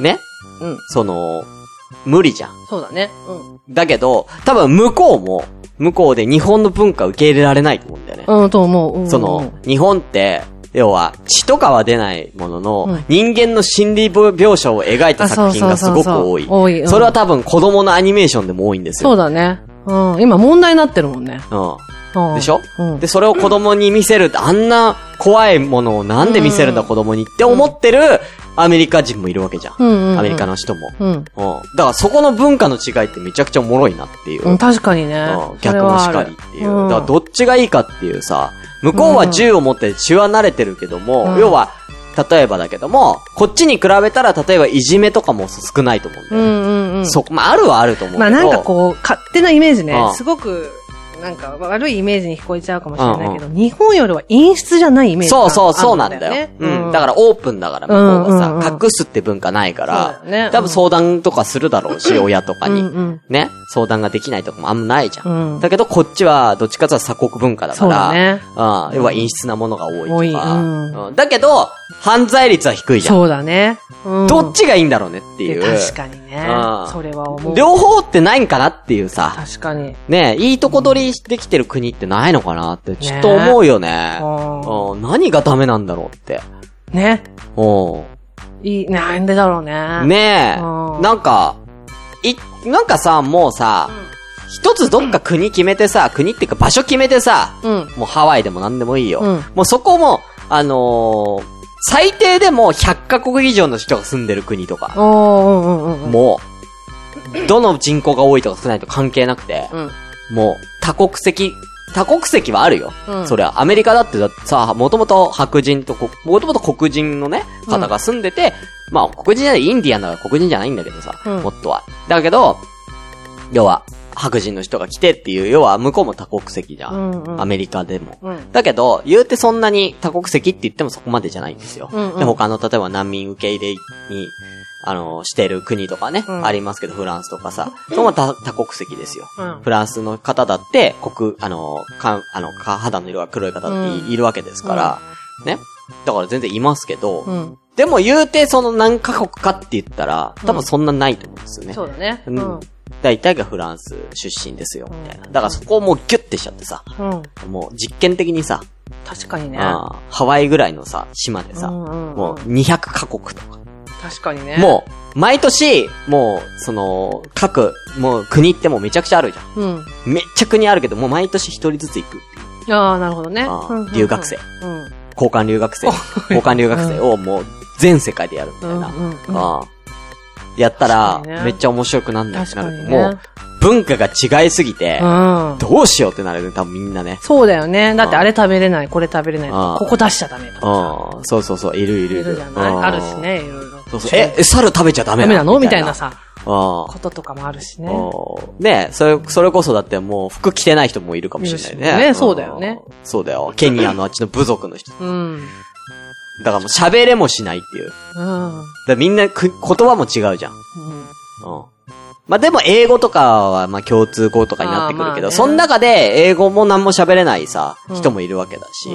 Speaker 1: ね、
Speaker 5: うん。
Speaker 1: その、無理じゃん。
Speaker 5: そうだね。うん。
Speaker 1: だけど、多分向こうも、向こうで日本の文化を受け入れられないと思うんだよね。
Speaker 5: うん、と思う。うん
Speaker 1: その、、日本って、要は、血とかは出ないものの、
Speaker 5: うん
Speaker 1: 人間の心理描写を描いた作品がすごく多い。
Speaker 5: あそうそうそうそう多いうん
Speaker 1: それは多分子供のアニメーションでも多いんです
Speaker 5: そう
Speaker 1: よ。
Speaker 5: だね。うん。今問題になってるもんね。
Speaker 1: うん。
Speaker 5: うん
Speaker 1: でしょ、
Speaker 5: うん
Speaker 1: で、。それを子供に見せるって、あんな怖いものをなんで見せるんだ、
Speaker 5: うん
Speaker 1: 子供にって思ってるアメリカ人もいるわけじゃん。
Speaker 5: うんうんうん
Speaker 1: アメリカの人も。
Speaker 5: うん。
Speaker 1: うん。だからそこの文化の違いってめちゃくちゃおもろいなっていう。
Speaker 5: うん、確かにね
Speaker 1: うん。
Speaker 5: そ
Speaker 1: 逆
Speaker 5: れ
Speaker 1: も
Speaker 5: は
Speaker 1: し
Speaker 5: ある
Speaker 1: かりっていう。
Speaker 5: ん
Speaker 1: だからどっちがいいかっていうさ、向こうは銃を持って血は慣れてるけども、
Speaker 5: うん
Speaker 1: 要は例えばだけども、こっちに比べたら、例えばいじめとかも少ないと思うんだ
Speaker 5: う
Speaker 1: よ。
Speaker 5: んうんうん。
Speaker 1: そこ、まあ、あるはあると思うけど。
Speaker 5: まあなんかこう、勝手なイメージね
Speaker 1: ああ、
Speaker 5: すごく、なんか悪いイメージに聞こえちゃうかもしれないけど、日本よりは陰湿じゃないイメージが
Speaker 1: そ
Speaker 5: あ
Speaker 1: う
Speaker 5: る
Speaker 1: そうそうなんだよ
Speaker 5: ね。
Speaker 1: うん。だからオープンだから、向こう
Speaker 5: うん
Speaker 1: が
Speaker 5: うん
Speaker 1: さ
Speaker 5: う、ん
Speaker 1: 隠すって文化ないか
Speaker 5: そ
Speaker 1: ら
Speaker 5: うだよねう、ん
Speaker 1: 多分相談とかするだろう し、親とか
Speaker 5: うんう
Speaker 1: に。
Speaker 5: ん。
Speaker 1: ね。相談ができないとかもあんまないじゃ。
Speaker 5: うんん
Speaker 1: だけどこっちは、どっちかというと鎖国文化だか
Speaker 5: そうだ
Speaker 1: ら、
Speaker 5: ね。
Speaker 1: うん。要は陰湿なものが多いとか。
Speaker 5: 多いうん
Speaker 1: うんだけど、犯罪率は低いじゃん。
Speaker 5: そうだね。うん
Speaker 1: どっちがいいんだろうねっていう。
Speaker 5: 確かにね
Speaker 1: ああ。
Speaker 5: それは思う。
Speaker 1: 両方ってないんかなっていうさ。
Speaker 5: 確かに。
Speaker 1: ねいいとこ取りできてる国ってないのかなって、ちょっと思うよね。
Speaker 5: うん
Speaker 1: うん何がダメなんだろうって。
Speaker 5: ね。
Speaker 1: うん。
Speaker 5: いい、なんでだろうね。。
Speaker 1: ねえ、
Speaker 5: うん
Speaker 1: なんか、い、なんかさ、もうさ、一つどっか国決めてさ、国っていうか場所決めてさ、
Speaker 5: うん。
Speaker 1: もうハワイでもなんでもいいよ。
Speaker 5: うん
Speaker 1: もうそこも、あのー最低でも100カ国以上の人が住んでる国とか、
Speaker 5: おー、うんうんうん。
Speaker 1: もう、どの人口が多いとか少ないとか関係なくて、
Speaker 5: うん。
Speaker 1: もう、多国籍、多国籍はあるよ。
Speaker 5: うん
Speaker 1: それは、アメリカだってだってさ、もともと白人とこ、もともと黒人のね、方が住んでて、まあ、黒人じゃない、インディアンだから黒人じゃないんだけどさ、
Speaker 5: うん
Speaker 1: もっとは。だけど、要は、白人の人が来てっていう、要は、向こうも多国籍じゃん。
Speaker 5: うんうん
Speaker 1: アメリカでも。
Speaker 5: うん。
Speaker 1: だけど、言うてそんなに多国籍って言ってもそこまでじゃないんですよ。
Speaker 5: うんうん
Speaker 1: で、他の、例えば難民受け入れに、あの、してる国とかね、
Speaker 5: うん
Speaker 1: ありますけど、フランスとかさ、そこも多多国籍ですよ。
Speaker 5: うん
Speaker 1: フランスの方だって、黒、あの、か、あの、か肌の色が黒い方ってい,、
Speaker 5: うん
Speaker 1: るわけですから、ね。だから全然いますけど、
Speaker 5: うん。
Speaker 1: でも言うてその何カ国かって言ったら、多分そんなないと思うんですよね。
Speaker 5: そうだね。う。
Speaker 1: うん
Speaker 5: うん
Speaker 1: ん。大体がフランス出身ですよ、みたいな。だからそこをもうギュッてしちゃってさ、。もう実験的にさ、
Speaker 5: 確かにね。
Speaker 1: あーハワイぐらいのさ、島でさ、
Speaker 5: うんうんうん
Speaker 1: もう200カ国とか。
Speaker 5: 確かにね。
Speaker 1: もう、毎年、もう、その、各、もう国ってもうめちゃくちゃあるじゃん。
Speaker 5: う。うん。
Speaker 1: めっちゃ国あるけど、もう毎年一人ずつ行く。
Speaker 5: ああ、なるほどね
Speaker 1: あー。
Speaker 5: うんうんうん
Speaker 1: 留学生。
Speaker 5: うん。
Speaker 1: 交換留学 生。交換留学生をもう全世界でやるみたいな。
Speaker 5: うんうんうん
Speaker 1: ああやったら
Speaker 5: 確、かにね
Speaker 1: めっちゃ面白くなんない
Speaker 5: 確かにね
Speaker 1: もう、文化が違いすぎて、
Speaker 5: うん。
Speaker 1: どうしようってなるよね、多分みんなね。
Speaker 5: そうだよね。だってあれ食べれない、これ食べれない
Speaker 1: あー、
Speaker 5: ここ出しちゃダメとか
Speaker 1: うん。そうそうそう、いるい
Speaker 5: い
Speaker 1: るいる。
Speaker 5: るじゃない
Speaker 1: うん
Speaker 5: あるし。ね、いろいろ。
Speaker 1: そうそう。え、え猿食べちゃダメ
Speaker 5: ダ
Speaker 1: なの
Speaker 5: メなのみたいな。
Speaker 1: あ
Speaker 5: さ、
Speaker 1: あ
Speaker 5: こととかもあるしね。
Speaker 1: ねえ、それ、それこそだってもう服着てない人もいるかもしれない
Speaker 5: いる
Speaker 1: ね。
Speaker 5: しねそうだよね
Speaker 1: うん。そうだよ。ケニアのあっちの部族の人。
Speaker 5: うん。
Speaker 1: だからもう喋れもしないっていう。だか
Speaker 5: うん。
Speaker 1: らみんなく言葉も違うじゃん。うん。まあ、でも英語とかは、まあ、共通語とかになってくるけど、
Speaker 5: あーまあね
Speaker 1: その中で英語も何も喋れないさ、
Speaker 5: うん
Speaker 1: 人もいるわけだし、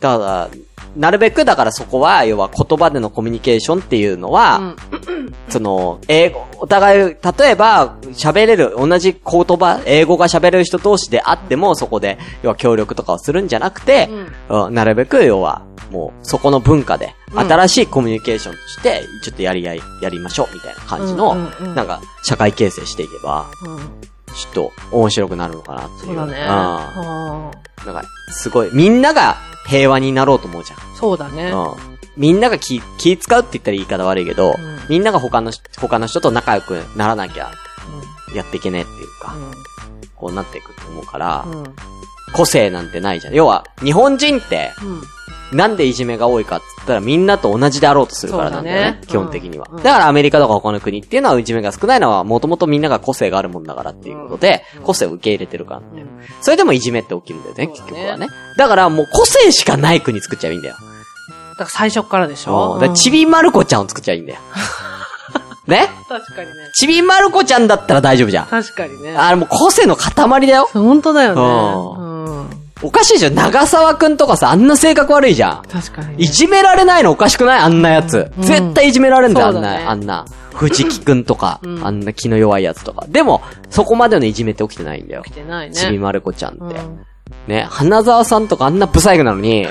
Speaker 1: だから、なるべくだからそこは、要は言葉でのコミュニケーションっていうのは、
Speaker 5: うん
Speaker 1: その、英語、お互い、例えば、喋れる、同じ言葉、英語が喋れる人同士であっても、そこで、要は協力とかをするんじゃなくて、うんなるべく、要は、もう、そこの文化で、
Speaker 5: ん
Speaker 1: 新しいコミュニケーションとして、ちょっとやり合い、やりましょう、みたいな感じの、
Speaker 5: うんうんうん
Speaker 1: なんか、社会形成していけば、
Speaker 5: うん。
Speaker 1: ちょっと、面白くなるのかなっていう。
Speaker 5: そうだね。
Speaker 1: う
Speaker 5: あ
Speaker 1: ん。なんか、すごい、みんなが平和になろうと思うじゃん。
Speaker 5: ーそうだね。
Speaker 1: うん。みんなが気、気使うって言ったら言い方悪いけど、
Speaker 5: ん
Speaker 1: みんなが他の、他の人と仲良くならなきゃ、やっていけねえっていうか、こうなっていくと思うから、
Speaker 5: うん。うん。
Speaker 1: 個性なんてないじゃん。要は、日本人って、
Speaker 5: うん。
Speaker 1: なんでいじめが多いかって言ったらみんなと同じであろうとするからなんだよね。
Speaker 5: そうだね
Speaker 1: 基本的には、
Speaker 5: うんうん
Speaker 1: だからアメリカとか他の国っていうのはいじめが少ないのはもともとみんなが個性があるもんだからっていうことで、個性を受け入れてるからなんだよ。それでもいじめって起きるんだよね、
Speaker 5: そう
Speaker 1: 結
Speaker 5: だね
Speaker 1: 局はね。だからもう個性しかない国作っちゃえばいいんだよ。
Speaker 5: だから最初からでし
Speaker 1: うん
Speaker 5: ょ
Speaker 1: だからちびまる子ちゃんを作っちゃえばいい んだよ。ね
Speaker 5: うん確かにね。
Speaker 1: ちびまる子ちゃんだったら大丈夫じゃん。
Speaker 5: 確かにね。
Speaker 1: あれもう個性の塊だよ。
Speaker 5: 本当だよ
Speaker 1: う
Speaker 5: ね。うん。
Speaker 1: おかしいじゃん。長沢くんとかさ、あんな性格悪いじゃん。
Speaker 5: 確かにね。
Speaker 1: いじめられないのおかしくないあんなやつ。
Speaker 5: うん
Speaker 1: 絶対いじめられんだよ、あ
Speaker 5: そ
Speaker 1: ん
Speaker 5: うだね
Speaker 1: な、あんな。藤木くんとか、
Speaker 5: うん
Speaker 1: あんな気の弱いやつとか。でも、そこまでのいじめって起きてないんだよ
Speaker 5: 起。きてないね。
Speaker 1: ちびまる子ちゃんって。
Speaker 5: うん
Speaker 1: ね、花沢さんとかあんなブサイクなの に、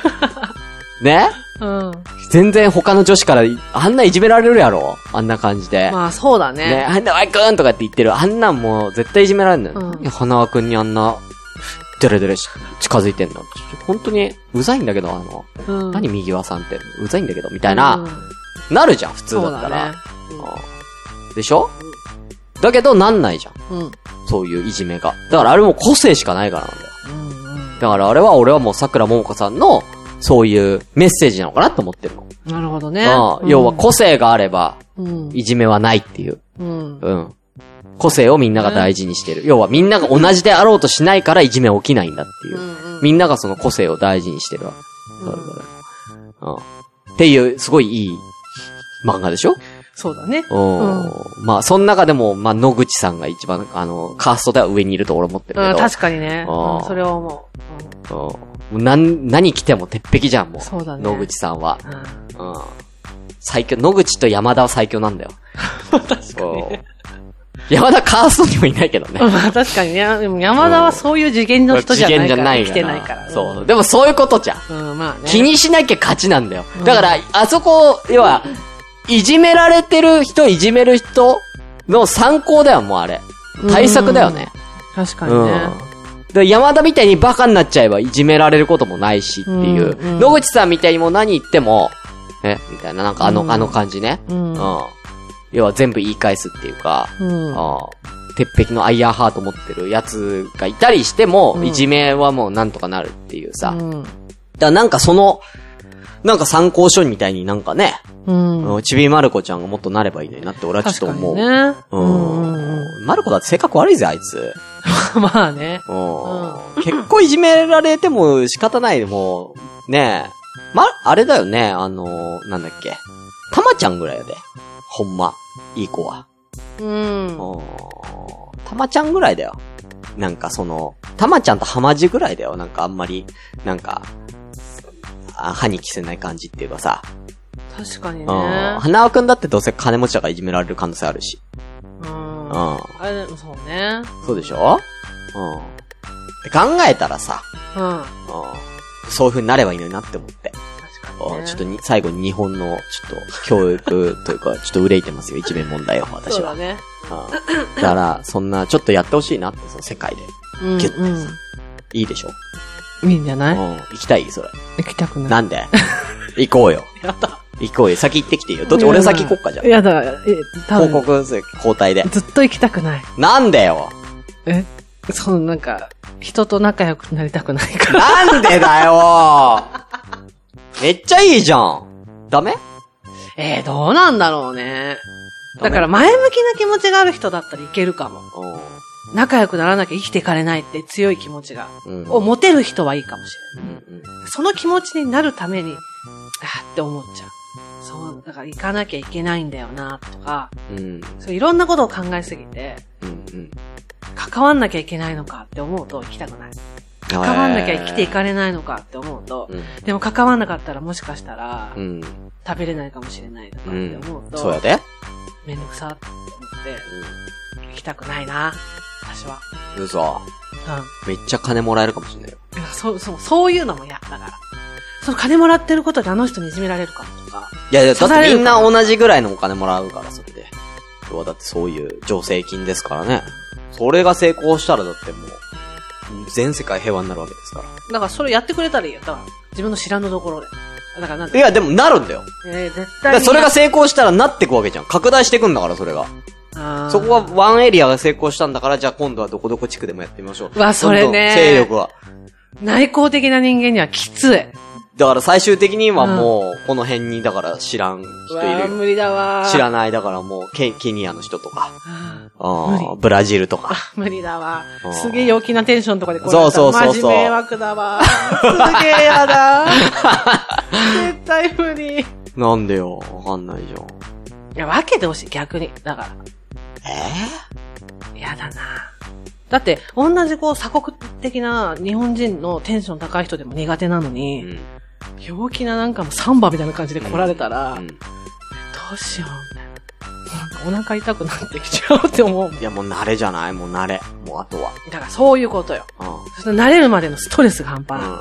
Speaker 1: ね
Speaker 5: うん。
Speaker 1: 全然他の女子からい、あんないじめられるやろあんな感じで。
Speaker 5: まあそうだ
Speaker 1: ね、
Speaker 5: ね。
Speaker 1: あんなわいくんとかって言ってる。あんなんもう絶対いじめられんのよ。
Speaker 5: うん
Speaker 1: いや花輪くんにあんな、デレデレし近づいてんの。ちょっと本当に、うざいんだけど、あの、
Speaker 5: うん
Speaker 1: 何右輪さんって、うざいんだけど、みたいな、なるじゃん、普通
Speaker 5: そ
Speaker 1: だ
Speaker 5: う
Speaker 1: った
Speaker 5: だ
Speaker 1: ら
Speaker 5: ね。。
Speaker 1: うんでしょだけど、なんないじゃん。
Speaker 5: うん。うん
Speaker 1: そういういじめが。だから、あれも個性しかないからなんだよ。だから、あれは、俺はもう、桜ももこさんの、そういうメッセージなのかなと思ってるの。
Speaker 5: なるほどね。
Speaker 1: うん
Speaker 5: うん
Speaker 1: 要は、個性があれば、
Speaker 5: うん。
Speaker 1: いじめはないっていう。
Speaker 5: うん。
Speaker 1: うん。個性をみんなが大事にしてる。要はみんなが同じであろうとしないからいじめ起きないんだっていうう。
Speaker 5: んうん
Speaker 1: みんながその個性を大事にしてるわ。それぞれうん。っていう、すごいいい漫画でしょ
Speaker 5: そうだね。
Speaker 1: うん。まあ、その中でも、まあ、野口さんが一番、あの、カーストでは上にいると俺思ってるけ
Speaker 5: うん、
Speaker 1: ど。
Speaker 5: 確かにね。
Speaker 1: あー
Speaker 5: うんそれは思う。うん
Speaker 1: うんもう何、何着ても鉄壁じゃん、もう。
Speaker 5: そうだね
Speaker 1: 野口さんは。
Speaker 5: う
Speaker 1: うん。最強、野口と山田は最強なんだよ。
Speaker 5: ん、 確かに
Speaker 1: う
Speaker 5: ね
Speaker 1: ん。山田カーストにもいないけどね。
Speaker 5: まあ確かにね。でも山田はそういう次元の人じゃないから。来てないから。
Speaker 1: そう。でもそういうことじゃん。
Speaker 5: うん。うん、まあね。
Speaker 1: 気にしなきゃ勝ちなんだよ
Speaker 5: う。ん
Speaker 1: だから、あそこ、要は、いじめられてる人、いじめる人の参考だよ、もうあれ。対策だよね。
Speaker 5: 確かに
Speaker 1: うん。
Speaker 5: ね。
Speaker 1: で山田みたいにバカになっちゃえばいじめられることもないしっていう。
Speaker 5: うんうん
Speaker 1: 野口さんみたいにもう何言っても、え、みたいな、なんかあの、
Speaker 5: うん
Speaker 1: あの感じね。
Speaker 5: うん
Speaker 1: うん。要は全部言い返すっていうか、
Speaker 5: うん。
Speaker 1: ああ鉄壁のアイアンハート持ってるやつがいたりしても、
Speaker 5: うん
Speaker 1: いじめはもうなんとかなるっていうさ。だか
Speaker 5: うん
Speaker 1: らなんかその、なんか参考書みたいになんかね、
Speaker 5: うん。
Speaker 1: ちびまる子ちゃんがもっとなればいいのになって俺はちょっ
Speaker 5: 確
Speaker 1: と
Speaker 5: か
Speaker 1: 思
Speaker 5: に
Speaker 1: う。
Speaker 5: ね。
Speaker 1: う
Speaker 5: う
Speaker 1: んん。
Speaker 5: うんう
Speaker 1: まる子だって性格悪いぜ、あいつ。
Speaker 5: ん。まあね。
Speaker 1: うん結構いじめられても仕方ないでもう、ねえ。ま、あれだよね、あのなんだっけ。たまちゃんぐらいやで。ほんま。いい子は。
Speaker 5: うん。
Speaker 1: うんたまちゃんぐらいだよ。なんかその、たまちゃんとはまじぐらいだよ。なんかあんまり、なんか、あ歯に着せない感じっていうかさ。
Speaker 5: 確かにね
Speaker 1: うん。。花輪くんだってどうせ金持ちだからいじめられる可能性あるし。
Speaker 5: う。
Speaker 1: うんん。
Speaker 5: あれ、そうね。
Speaker 1: そうでしょうん。って考えたらさ、
Speaker 5: うん。
Speaker 1: うん。そういう風になればいいのになって思って。
Speaker 5: 確かに
Speaker 1: うん
Speaker 5: ね。
Speaker 1: ちょっとに、最後に日本の、ちょっと、教育というか、 ちょっと憂いてますよ、一面問題を、
Speaker 5: そ
Speaker 1: 私
Speaker 5: う
Speaker 1: は。
Speaker 5: だね。
Speaker 1: うんだから、そんな、ちょっとやってほしいなって、その世界で。
Speaker 5: うん
Speaker 1: ギュッて
Speaker 5: うん
Speaker 1: いいでしょ
Speaker 5: いいんじゃ
Speaker 1: う。
Speaker 5: なんい
Speaker 1: 行きたいそれ。
Speaker 5: 行きたくない。
Speaker 1: なん で行こうよ。
Speaker 5: やだ。
Speaker 1: 行こうよ。先行ってきていいよ。どっち俺先行こっかじゃん。
Speaker 5: やだ、え、多
Speaker 1: 広
Speaker 5: 分。
Speaker 1: 告する、交代で。
Speaker 5: ずっと行きたくない。
Speaker 1: なんでよ
Speaker 5: えそのなんか、人と仲良くなりたくないから。
Speaker 1: なんでだよめっちゃいいじゃんダメ
Speaker 5: えー、どうなんだろうね。
Speaker 1: ダメ
Speaker 5: だから前向きな気持ちがある人だったらいけるかも。
Speaker 1: う
Speaker 5: 仲良くならなきゃ生きていかれないって強い気持ちが。
Speaker 1: ん。うん。
Speaker 5: を持てる人はいいかもしれ
Speaker 1: うんうん
Speaker 5: ない。その気持ちになるために、あーって思っちゃう。そう、だから行かなきゃいけないんだよな、とか、
Speaker 1: うん。
Speaker 5: そういろんなことを考えすぎて、
Speaker 1: うん。うん。
Speaker 5: 関わんなきゃいけないのかって思うと行きたくない。
Speaker 1: 関
Speaker 5: 関わんなきゃ生きていかれないのかって思うと、
Speaker 1: うん。
Speaker 5: でも関わんなかったらもしかしたら
Speaker 1: う、ん。
Speaker 5: 食べれないかもしれないとかって思う
Speaker 1: そう
Speaker 5: と、
Speaker 1: やで。
Speaker 5: めんどくさって思って、行きたくないな、私は。
Speaker 1: 嘘。めっちゃ金もらえるかもしれないよ。
Speaker 5: うん。そう、そう、そういうのも嫌だから。その金もらってることであの人にいじめられるかもとか。
Speaker 1: いやいや、だ
Speaker 5: 刺さ
Speaker 1: っ
Speaker 5: れ
Speaker 1: て
Speaker 5: る
Speaker 1: みんな同じぐらいのお金もらうから、それで。要はだってそういう助成金ですからね。それが成功したらだってもう、全世界平和になるわけですか
Speaker 5: だからそれやってくれたらいいよ。だから自分の知らぬところで。だからなん
Speaker 1: ら。
Speaker 5: て
Speaker 1: い、や、でもなるんだよ。
Speaker 5: えー、絶
Speaker 1: だ
Speaker 5: 対
Speaker 1: から
Speaker 5: に
Speaker 1: それが、成功したらなってくわけじゃん。拡大してくんだから、それが。
Speaker 5: あー
Speaker 1: そこは、ワンエリアが成功したんだから、じゃあ今度はどこどこ地区でもやってみましょう。
Speaker 5: わそれね
Speaker 1: 勢力は。
Speaker 5: 内向的な人間にはきつい。
Speaker 1: だから最終的にはもう、この辺に、だから知らん人い
Speaker 5: わー
Speaker 1: るよ。
Speaker 5: 無理だわー。
Speaker 1: 知らない、だからもう、ケケニアの人とか。
Speaker 5: あー
Speaker 1: あ
Speaker 5: 無
Speaker 1: ー
Speaker 5: 理
Speaker 1: ブラジルとか。
Speaker 5: 無理だわ
Speaker 1: あー。
Speaker 5: すげえ陽気なテンションとかでこ
Speaker 1: そう
Speaker 5: やったら
Speaker 1: そうそうそう
Speaker 5: マジ迷惑だ わ。すげえやだ。絶対無理。い
Speaker 1: なんでよ、わかんないじゃん。
Speaker 5: や、分けてほしい、逆に。だか
Speaker 1: え
Speaker 5: ら、やだな。だって、同じこう鎖国的な日本人のテンション高い人でも苦手なのに、
Speaker 1: うん。
Speaker 5: 陽気ななんかもうサンバみたいな感じで来られたら、
Speaker 1: うん
Speaker 5: どうしよう、みたいな。なんかお腹痛くなってきちゃうって思う。
Speaker 1: いや、もう慣れじゃないもう慣れ。もうあとは。
Speaker 5: だからそういうことよ。
Speaker 1: うん。
Speaker 5: そして慣れるまでのストレスが半端ない。
Speaker 1: うん。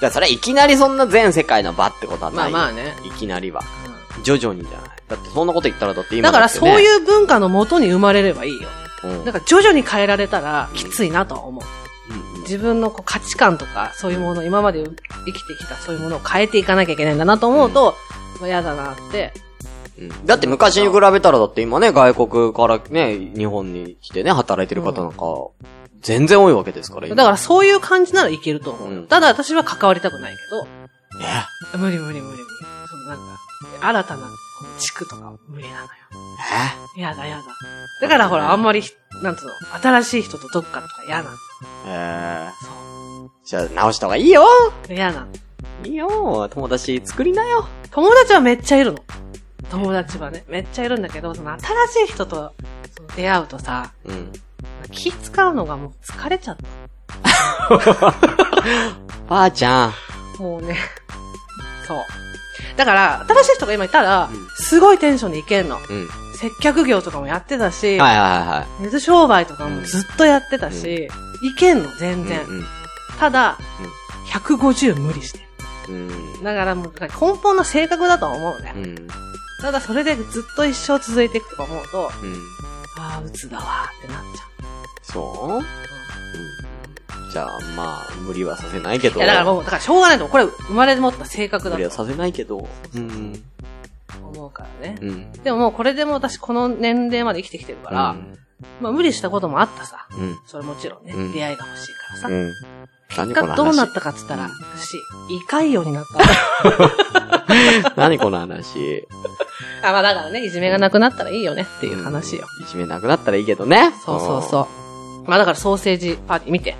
Speaker 1: じゃあ、それはいきなりそんな全世界の場ってことは
Speaker 5: ま
Speaker 1: な
Speaker 5: あ
Speaker 1: い。
Speaker 5: まあ
Speaker 1: あ。
Speaker 5: ね。
Speaker 1: いきなりは。
Speaker 5: うん
Speaker 1: 徐々にじゃない。だってそんなこと言ったらだって今
Speaker 5: だからそう
Speaker 1: う。
Speaker 5: いう文化のもとに生まれればいいよ。
Speaker 1: うん。うん
Speaker 5: だから徐々に変えられたらきついなとは思う。
Speaker 1: うん
Speaker 5: 自分のこう価値観とか、そういうもの、今まで生きてきたそういうものを変えていかなきゃいけないんだなと思うと、まあ嫌だなって。
Speaker 1: うんだって昔に比べたらだって今ね、外国からね、日本に来てね、働いてる方なんか、全然多いわけですから、
Speaker 5: だ
Speaker 1: 今
Speaker 5: からそういう感じならいけると思うよ。
Speaker 1: うん
Speaker 5: ただ私は関わりたくないけど、
Speaker 6: ね。
Speaker 5: 無理無理無理無理。そのなんか、新たなこの地区とか無理なのよ。やだやだ。だからほら、あんまりひ、なんつうの、新しい人とどっかとか嫌なの。
Speaker 6: ええ
Speaker 5: そ
Speaker 6: じゃあ直した方がいいよ
Speaker 5: う。嫌なの。
Speaker 6: いいよ友達作りなよ。
Speaker 5: 友達はめっちゃいるの。友達はね、めっちゃいるんだけど、その新しい人とその出会うとさ、
Speaker 6: うん。
Speaker 5: 気使うのがもう疲れちゃった。
Speaker 6: ばあちゃん。
Speaker 5: もうね。そう。だから、新しい人が今いたら、
Speaker 6: うん
Speaker 5: すごいテンションでいけんの。
Speaker 6: うん。
Speaker 5: 接客業とかもやってたし、
Speaker 6: はいはいは
Speaker 5: 水商売とかもずっとやってたし、いけんの、全
Speaker 6: い
Speaker 5: 然。
Speaker 6: はい。うん
Speaker 5: ただ、
Speaker 6: うん
Speaker 5: 150無理してる。
Speaker 6: うん。
Speaker 5: だからもう、根本の性格だとは思うね。
Speaker 6: うん。うん。
Speaker 5: ただそれでずっと一生続いていくとか思うと、
Speaker 6: うん。
Speaker 5: ああ、鬱だわーってなっちゃ
Speaker 6: そううん。じゃあ、まあ、無理はさせないけ
Speaker 5: う。い
Speaker 6: ど。
Speaker 5: や、だからもう、だからしょうがないと思う、これ生まれ持った性格だ
Speaker 6: 無理は
Speaker 5: と
Speaker 6: させないけど。うん。
Speaker 5: 思うからね。
Speaker 6: うん。
Speaker 5: でももうこれでもう私この年齢まで生きてきてるから、まあ無理したこともあったさ。
Speaker 6: うん。
Speaker 5: それもちろんね、
Speaker 6: うん
Speaker 5: 出会いが欲しいからさ。
Speaker 6: うん。何この
Speaker 5: が
Speaker 6: 話
Speaker 5: どうなったかっつったら、私、胃潰瘍になった。
Speaker 6: 何この話
Speaker 5: あ、まあだからね、いじめがなくなったらいいよねっていう話よ。。
Speaker 6: いじめなくなったらいいけどね。
Speaker 5: そうそうそう。まあだからソーセージパーティー見て。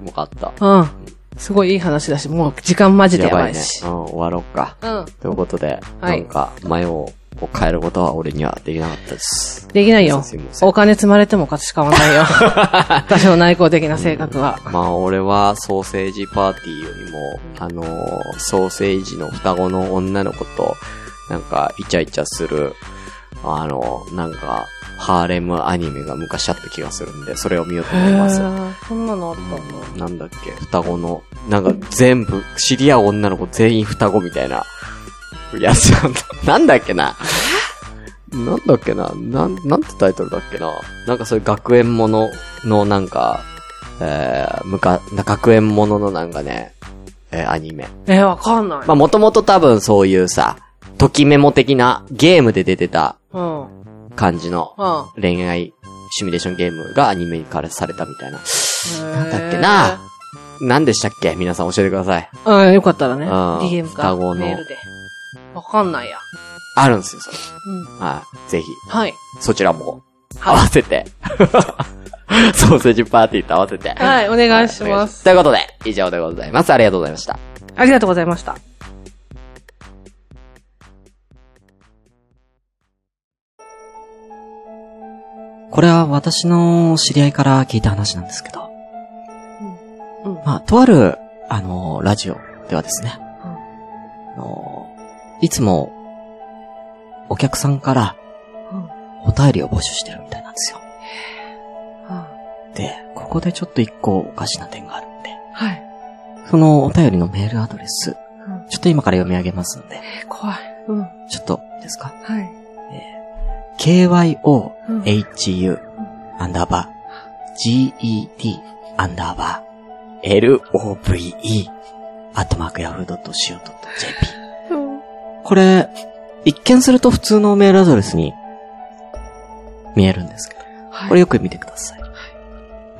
Speaker 6: うん。よかった。
Speaker 5: うん。すごいいい話だし、もう時間マジでやばい
Speaker 6: ね。
Speaker 5: し。
Speaker 6: うん、終わろうか。
Speaker 5: うん。
Speaker 6: ということで、
Speaker 5: はい
Speaker 6: なんか、迷を変えることは俺にはできなかったです。
Speaker 5: できないよ
Speaker 6: すいま。せん
Speaker 5: お金積まれてもしかわないよ。 私の内向的な性格は。
Speaker 6: まあ、俺はソーセージパーティーよりも、あのーソーセージの双子の女の子と、なんか、イチャイチャする、あのーなんか、ハーレムアニメが昔あった気がするんで、それを見ようと思います。
Speaker 5: ーそんなのあったの
Speaker 6: うんなんだっけ、双子の、なんか全部、知り合う女の子全員双子みたいな、やつなんだ、なんだっけな。なんだっけな、なん、なんてタイトルだっけな。なんかそういう学園もののなんか、えー、むか、学園もののなんかね、えーアニメ。
Speaker 5: えー、わかんない。
Speaker 6: まあもともと多分そういうさ、ときメモ的なゲームで出てた
Speaker 5: うん。うん。
Speaker 6: 感じの
Speaker 5: な
Speaker 6: 恋愛シミュレーションゲームがアニメ化されたみたいな。なんだっけな何でしたっけ皆さん教えてください。
Speaker 5: うん、よかったらね。
Speaker 6: うん
Speaker 5: DM か
Speaker 6: 双子の
Speaker 5: メールで。わかんないや。
Speaker 6: あるんですよ、それ。
Speaker 5: うん。
Speaker 6: はい。ぜひ、
Speaker 5: はい。
Speaker 6: そちらも、合
Speaker 5: は
Speaker 6: わせて。 ソーセージパーティーと合わせて。
Speaker 5: い。はい、お願いし
Speaker 6: お願
Speaker 5: ま
Speaker 6: い
Speaker 5: す。
Speaker 6: ということで、以上でございます。ありがとうございました。
Speaker 5: ありがとうございました。
Speaker 1: これは私の知り合いから聞いた話なんですけど。
Speaker 5: うん。
Speaker 1: まあ、とある、あの、ラジオではですね。あの、いつも、お客さんから、お便りを募集してるみたいなんですよ。で、ここでちょっと一個おかしな点があるんで、
Speaker 5: はい。
Speaker 1: そのお便りのメールアドレス
Speaker 5: うん、
Speaker 1: ちょっと今から読み上げますんで、
Speaker 5: え、怖い。うん。は
Speaker 1: ちょっと、ですか
Speaker 5: い。
Speaker 1: ?kyo
Speaker 5: うん
Speaker 1: hu, アンダーバー、get, アンダーバー、love, アットマークヤフー .co.jp。これ、一見すると普通のメールアドレスに見えるんですけど、
Speaker 5: はい
Speaker 1: これよく見てください。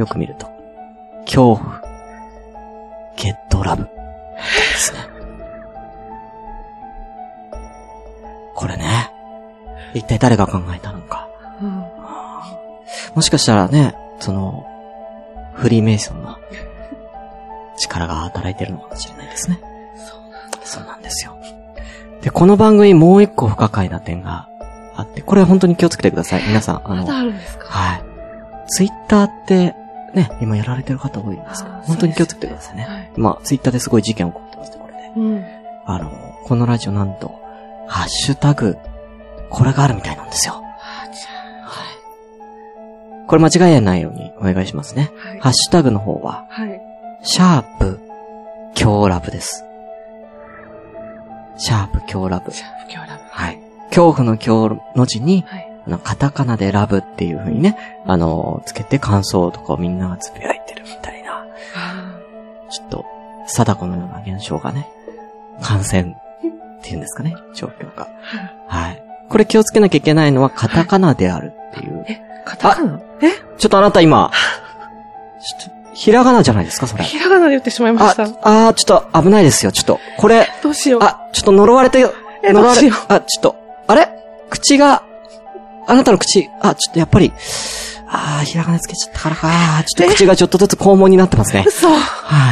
Speaker 1: よく見ると、恐怖、ゲット ラブ、ですね。これね、一体誰が考えたのか。
Speaker 5: うん。
Speaker 1: もしかしたらね、その、フリーメイソンの力が働いてるのかもしれないですね。そうなんですよ。で、この番組もう一個不可解な点があって、これ本当に気をつけてください。皆さん、あの、
Speaker 5: あるんですか
Speaker 1: はい。ツイッターって、ね、今やられてる方多いんですけど
Speaker 5: あ、ー
Speaker 1: 本当に気をつけてくださいね。
Speaker 5: はい。
Speaker 1: まあ、ツイッターですごい事件起こってますね、これで。
Speaker 5: うん。
Speaker 1: あの、このラジオなんと、ハッシュタグ、これがあるみたいなんですよ。はい。これ間違えないようにお願いしますね。
Speaker 5: はい
Speaker 1: ハッシュタグの方は、
Speaker 5: はい。
Speaker 1: シャープ、強ラブです。シャープ、強ラブ。
Speaker 5: 不況ラブ。
Speaker 1: はい。恐怖の強の字に、
Speaker 5: はい。
Speaker 1: あの、カタカナでラブっていう風にね、あの、つけて感想とかをみんながつぶやいてるみたいな、
Speaker 5: あ
Speaker 1: ちょっと、貞子のような現象がね、感染っていうんですかね、状 況が。はい。これ気をつけなきゃいけないのはカタカナであるっていう。
Speaker 5: ーカタカナ
Speaker 1: ちょっとあなた今、ちょっと、ひらがなじゃないですか、それ。
Speaker 7: ひらがなで言ってしまいま
Speaker 1: あ
Speaker 7: した。、
Speaker 1: あー、ちょっと危ないですよ、ちょっと。これ、
Speaker 7: どうしよう。
Speaker 1: あ、ちょっと呪われて、
Speaker 7: え
Speaker 1: 呪
Speaker 7: ど
Speaker 1: わ
Speaker 7: うし
Speaker 1: れ
Speaker 7: よ、
Speaker 1: あ、ちょっと、あれ口が、あなたの口、あ、ちょっとやっぱり、あー、ひらがなつけちゃったからか、あーちょっと口がちょっとずつ肛門になってますね。
Speaker 7: 嘘。
Speaker 1: は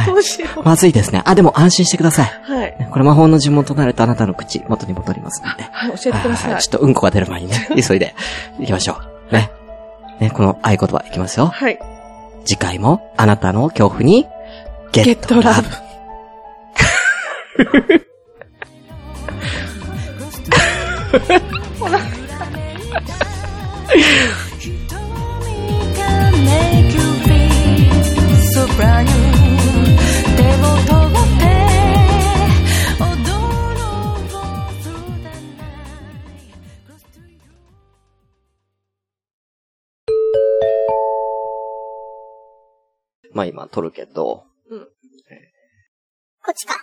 Speaker 1: い
Speaker 7: ど。うしよう。
Speaker 1: まずいですね。あ、でも安心してください。
Speaker 7: はい。
Speaker 1: これ魔法の呪文となるとあなたの口、元に戻りますので。
Speaker 7: はい、教えてください
Speaker 1: はい。ちょっとうんこが出る前にね、急いで行きましょう。ね。ね、この合言葉いきますよ。
Speaker 7: はい。
Speaker 1: 次回もあなたの恐怖にゲ
Speaker 7: ゲ
Speaker 1: ッ
Speaker 7: ッ
Speaker 1: ト
Speaker 7: ト
Speaker 1: ラ
Speaker 7: ラ
Speaker 1: ブ
Speaker 7: ブ。。
Speaker 8: So brand new 手を取って踊ろうすらない
Speaker 9: まあ今撮るけど、
Speaker 3: こっちか。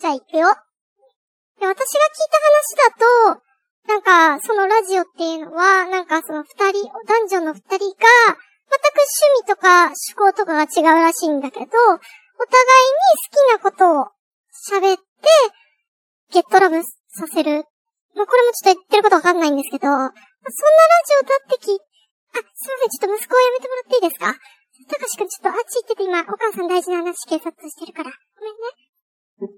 Speaker 3: じゃあ行くよ。で、私が聞いた話だと、なんか、そのラジオっていうのは、なんかその二人、男女の二人が、全く趣味とか趣向とかが違うらしいんだけど、お互いに好きなことを喋って、ゲットラブさせる。まあ、これもちょっと言ってることわかんないんですけど、まあそんなラジオだってき、あ、すいません、ちょっと息子をやめてもらっていいですかたかしくんちょっとあっち行ってて今、お母さん大事な話警察としてるから。ごめんね。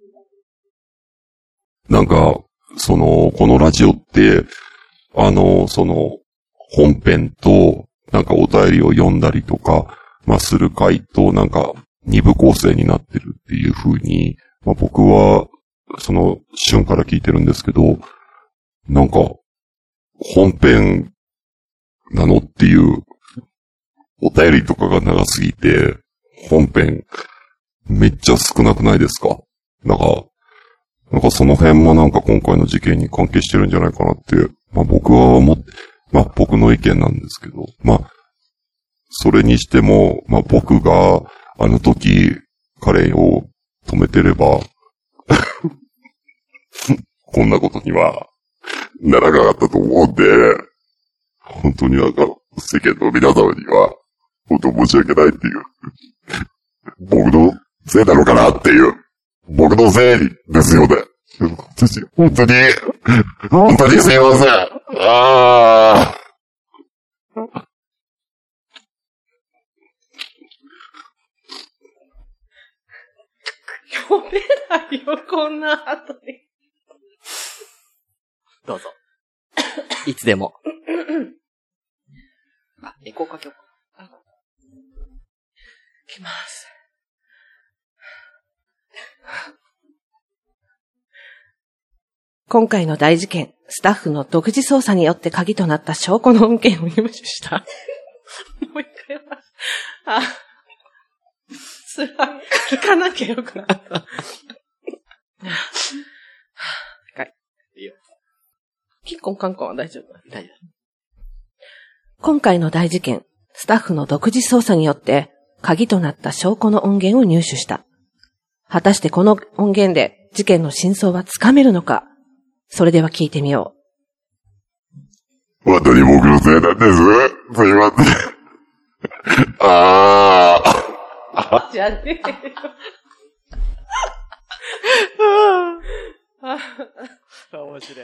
Speaker 4: なんか、その、このラジオって、あの、その、本編と、なんかお便りを読んだりとか、まあ、する回と、なんか、二部構成になってるっていう風に、まあ、僕は、その、旬から聞いてるんですけど、なんか、本編なのっていう、お便りとかが長すぎて、本編、めっちゃ少なくないですかなんか、なんかその辺もなんか今回の事件に関係してるんじゃないかなって、まあ僕は思って、まあ僕の意見なんですけど、まあ、それにしても、まあ僕があの時彼を止めてれば、 こんなことにはならなかったと思うんで、本当になんか世間の皆様には、本当申し訳ないっていう、僕のせいなのかなっていう。僕のせいですよね。私、本当に、本当にすいません。ああ。
Speaker 7: 読めないよ、こんな後に。
Speaker 9: どうぞ。いつでも。あ、エコーかけよう
Speaker 7: きます。
Speaker 5: 今回の大事件、スタッフの独自捜査によって鍵となった証拠の案件を入手した。
Speaker 7: もう一回やります。あ、すら、聞かなきゃよくなった。キッコンカンコンは大丈夫。
Speaker 9: 大丈
Speaker 5: 今回の大事件、スタッフの独自捜査によって、鍵となった証拠の音源を入手した。果たしてこの音源で事件の真相はつかめるのかそれでは聞いてみよ
Speaker 4: 本当に僕のせいなんです。すいません。ああ。
Speaker 7: じゃねえよ。
Speaker 9: 夫。面白い。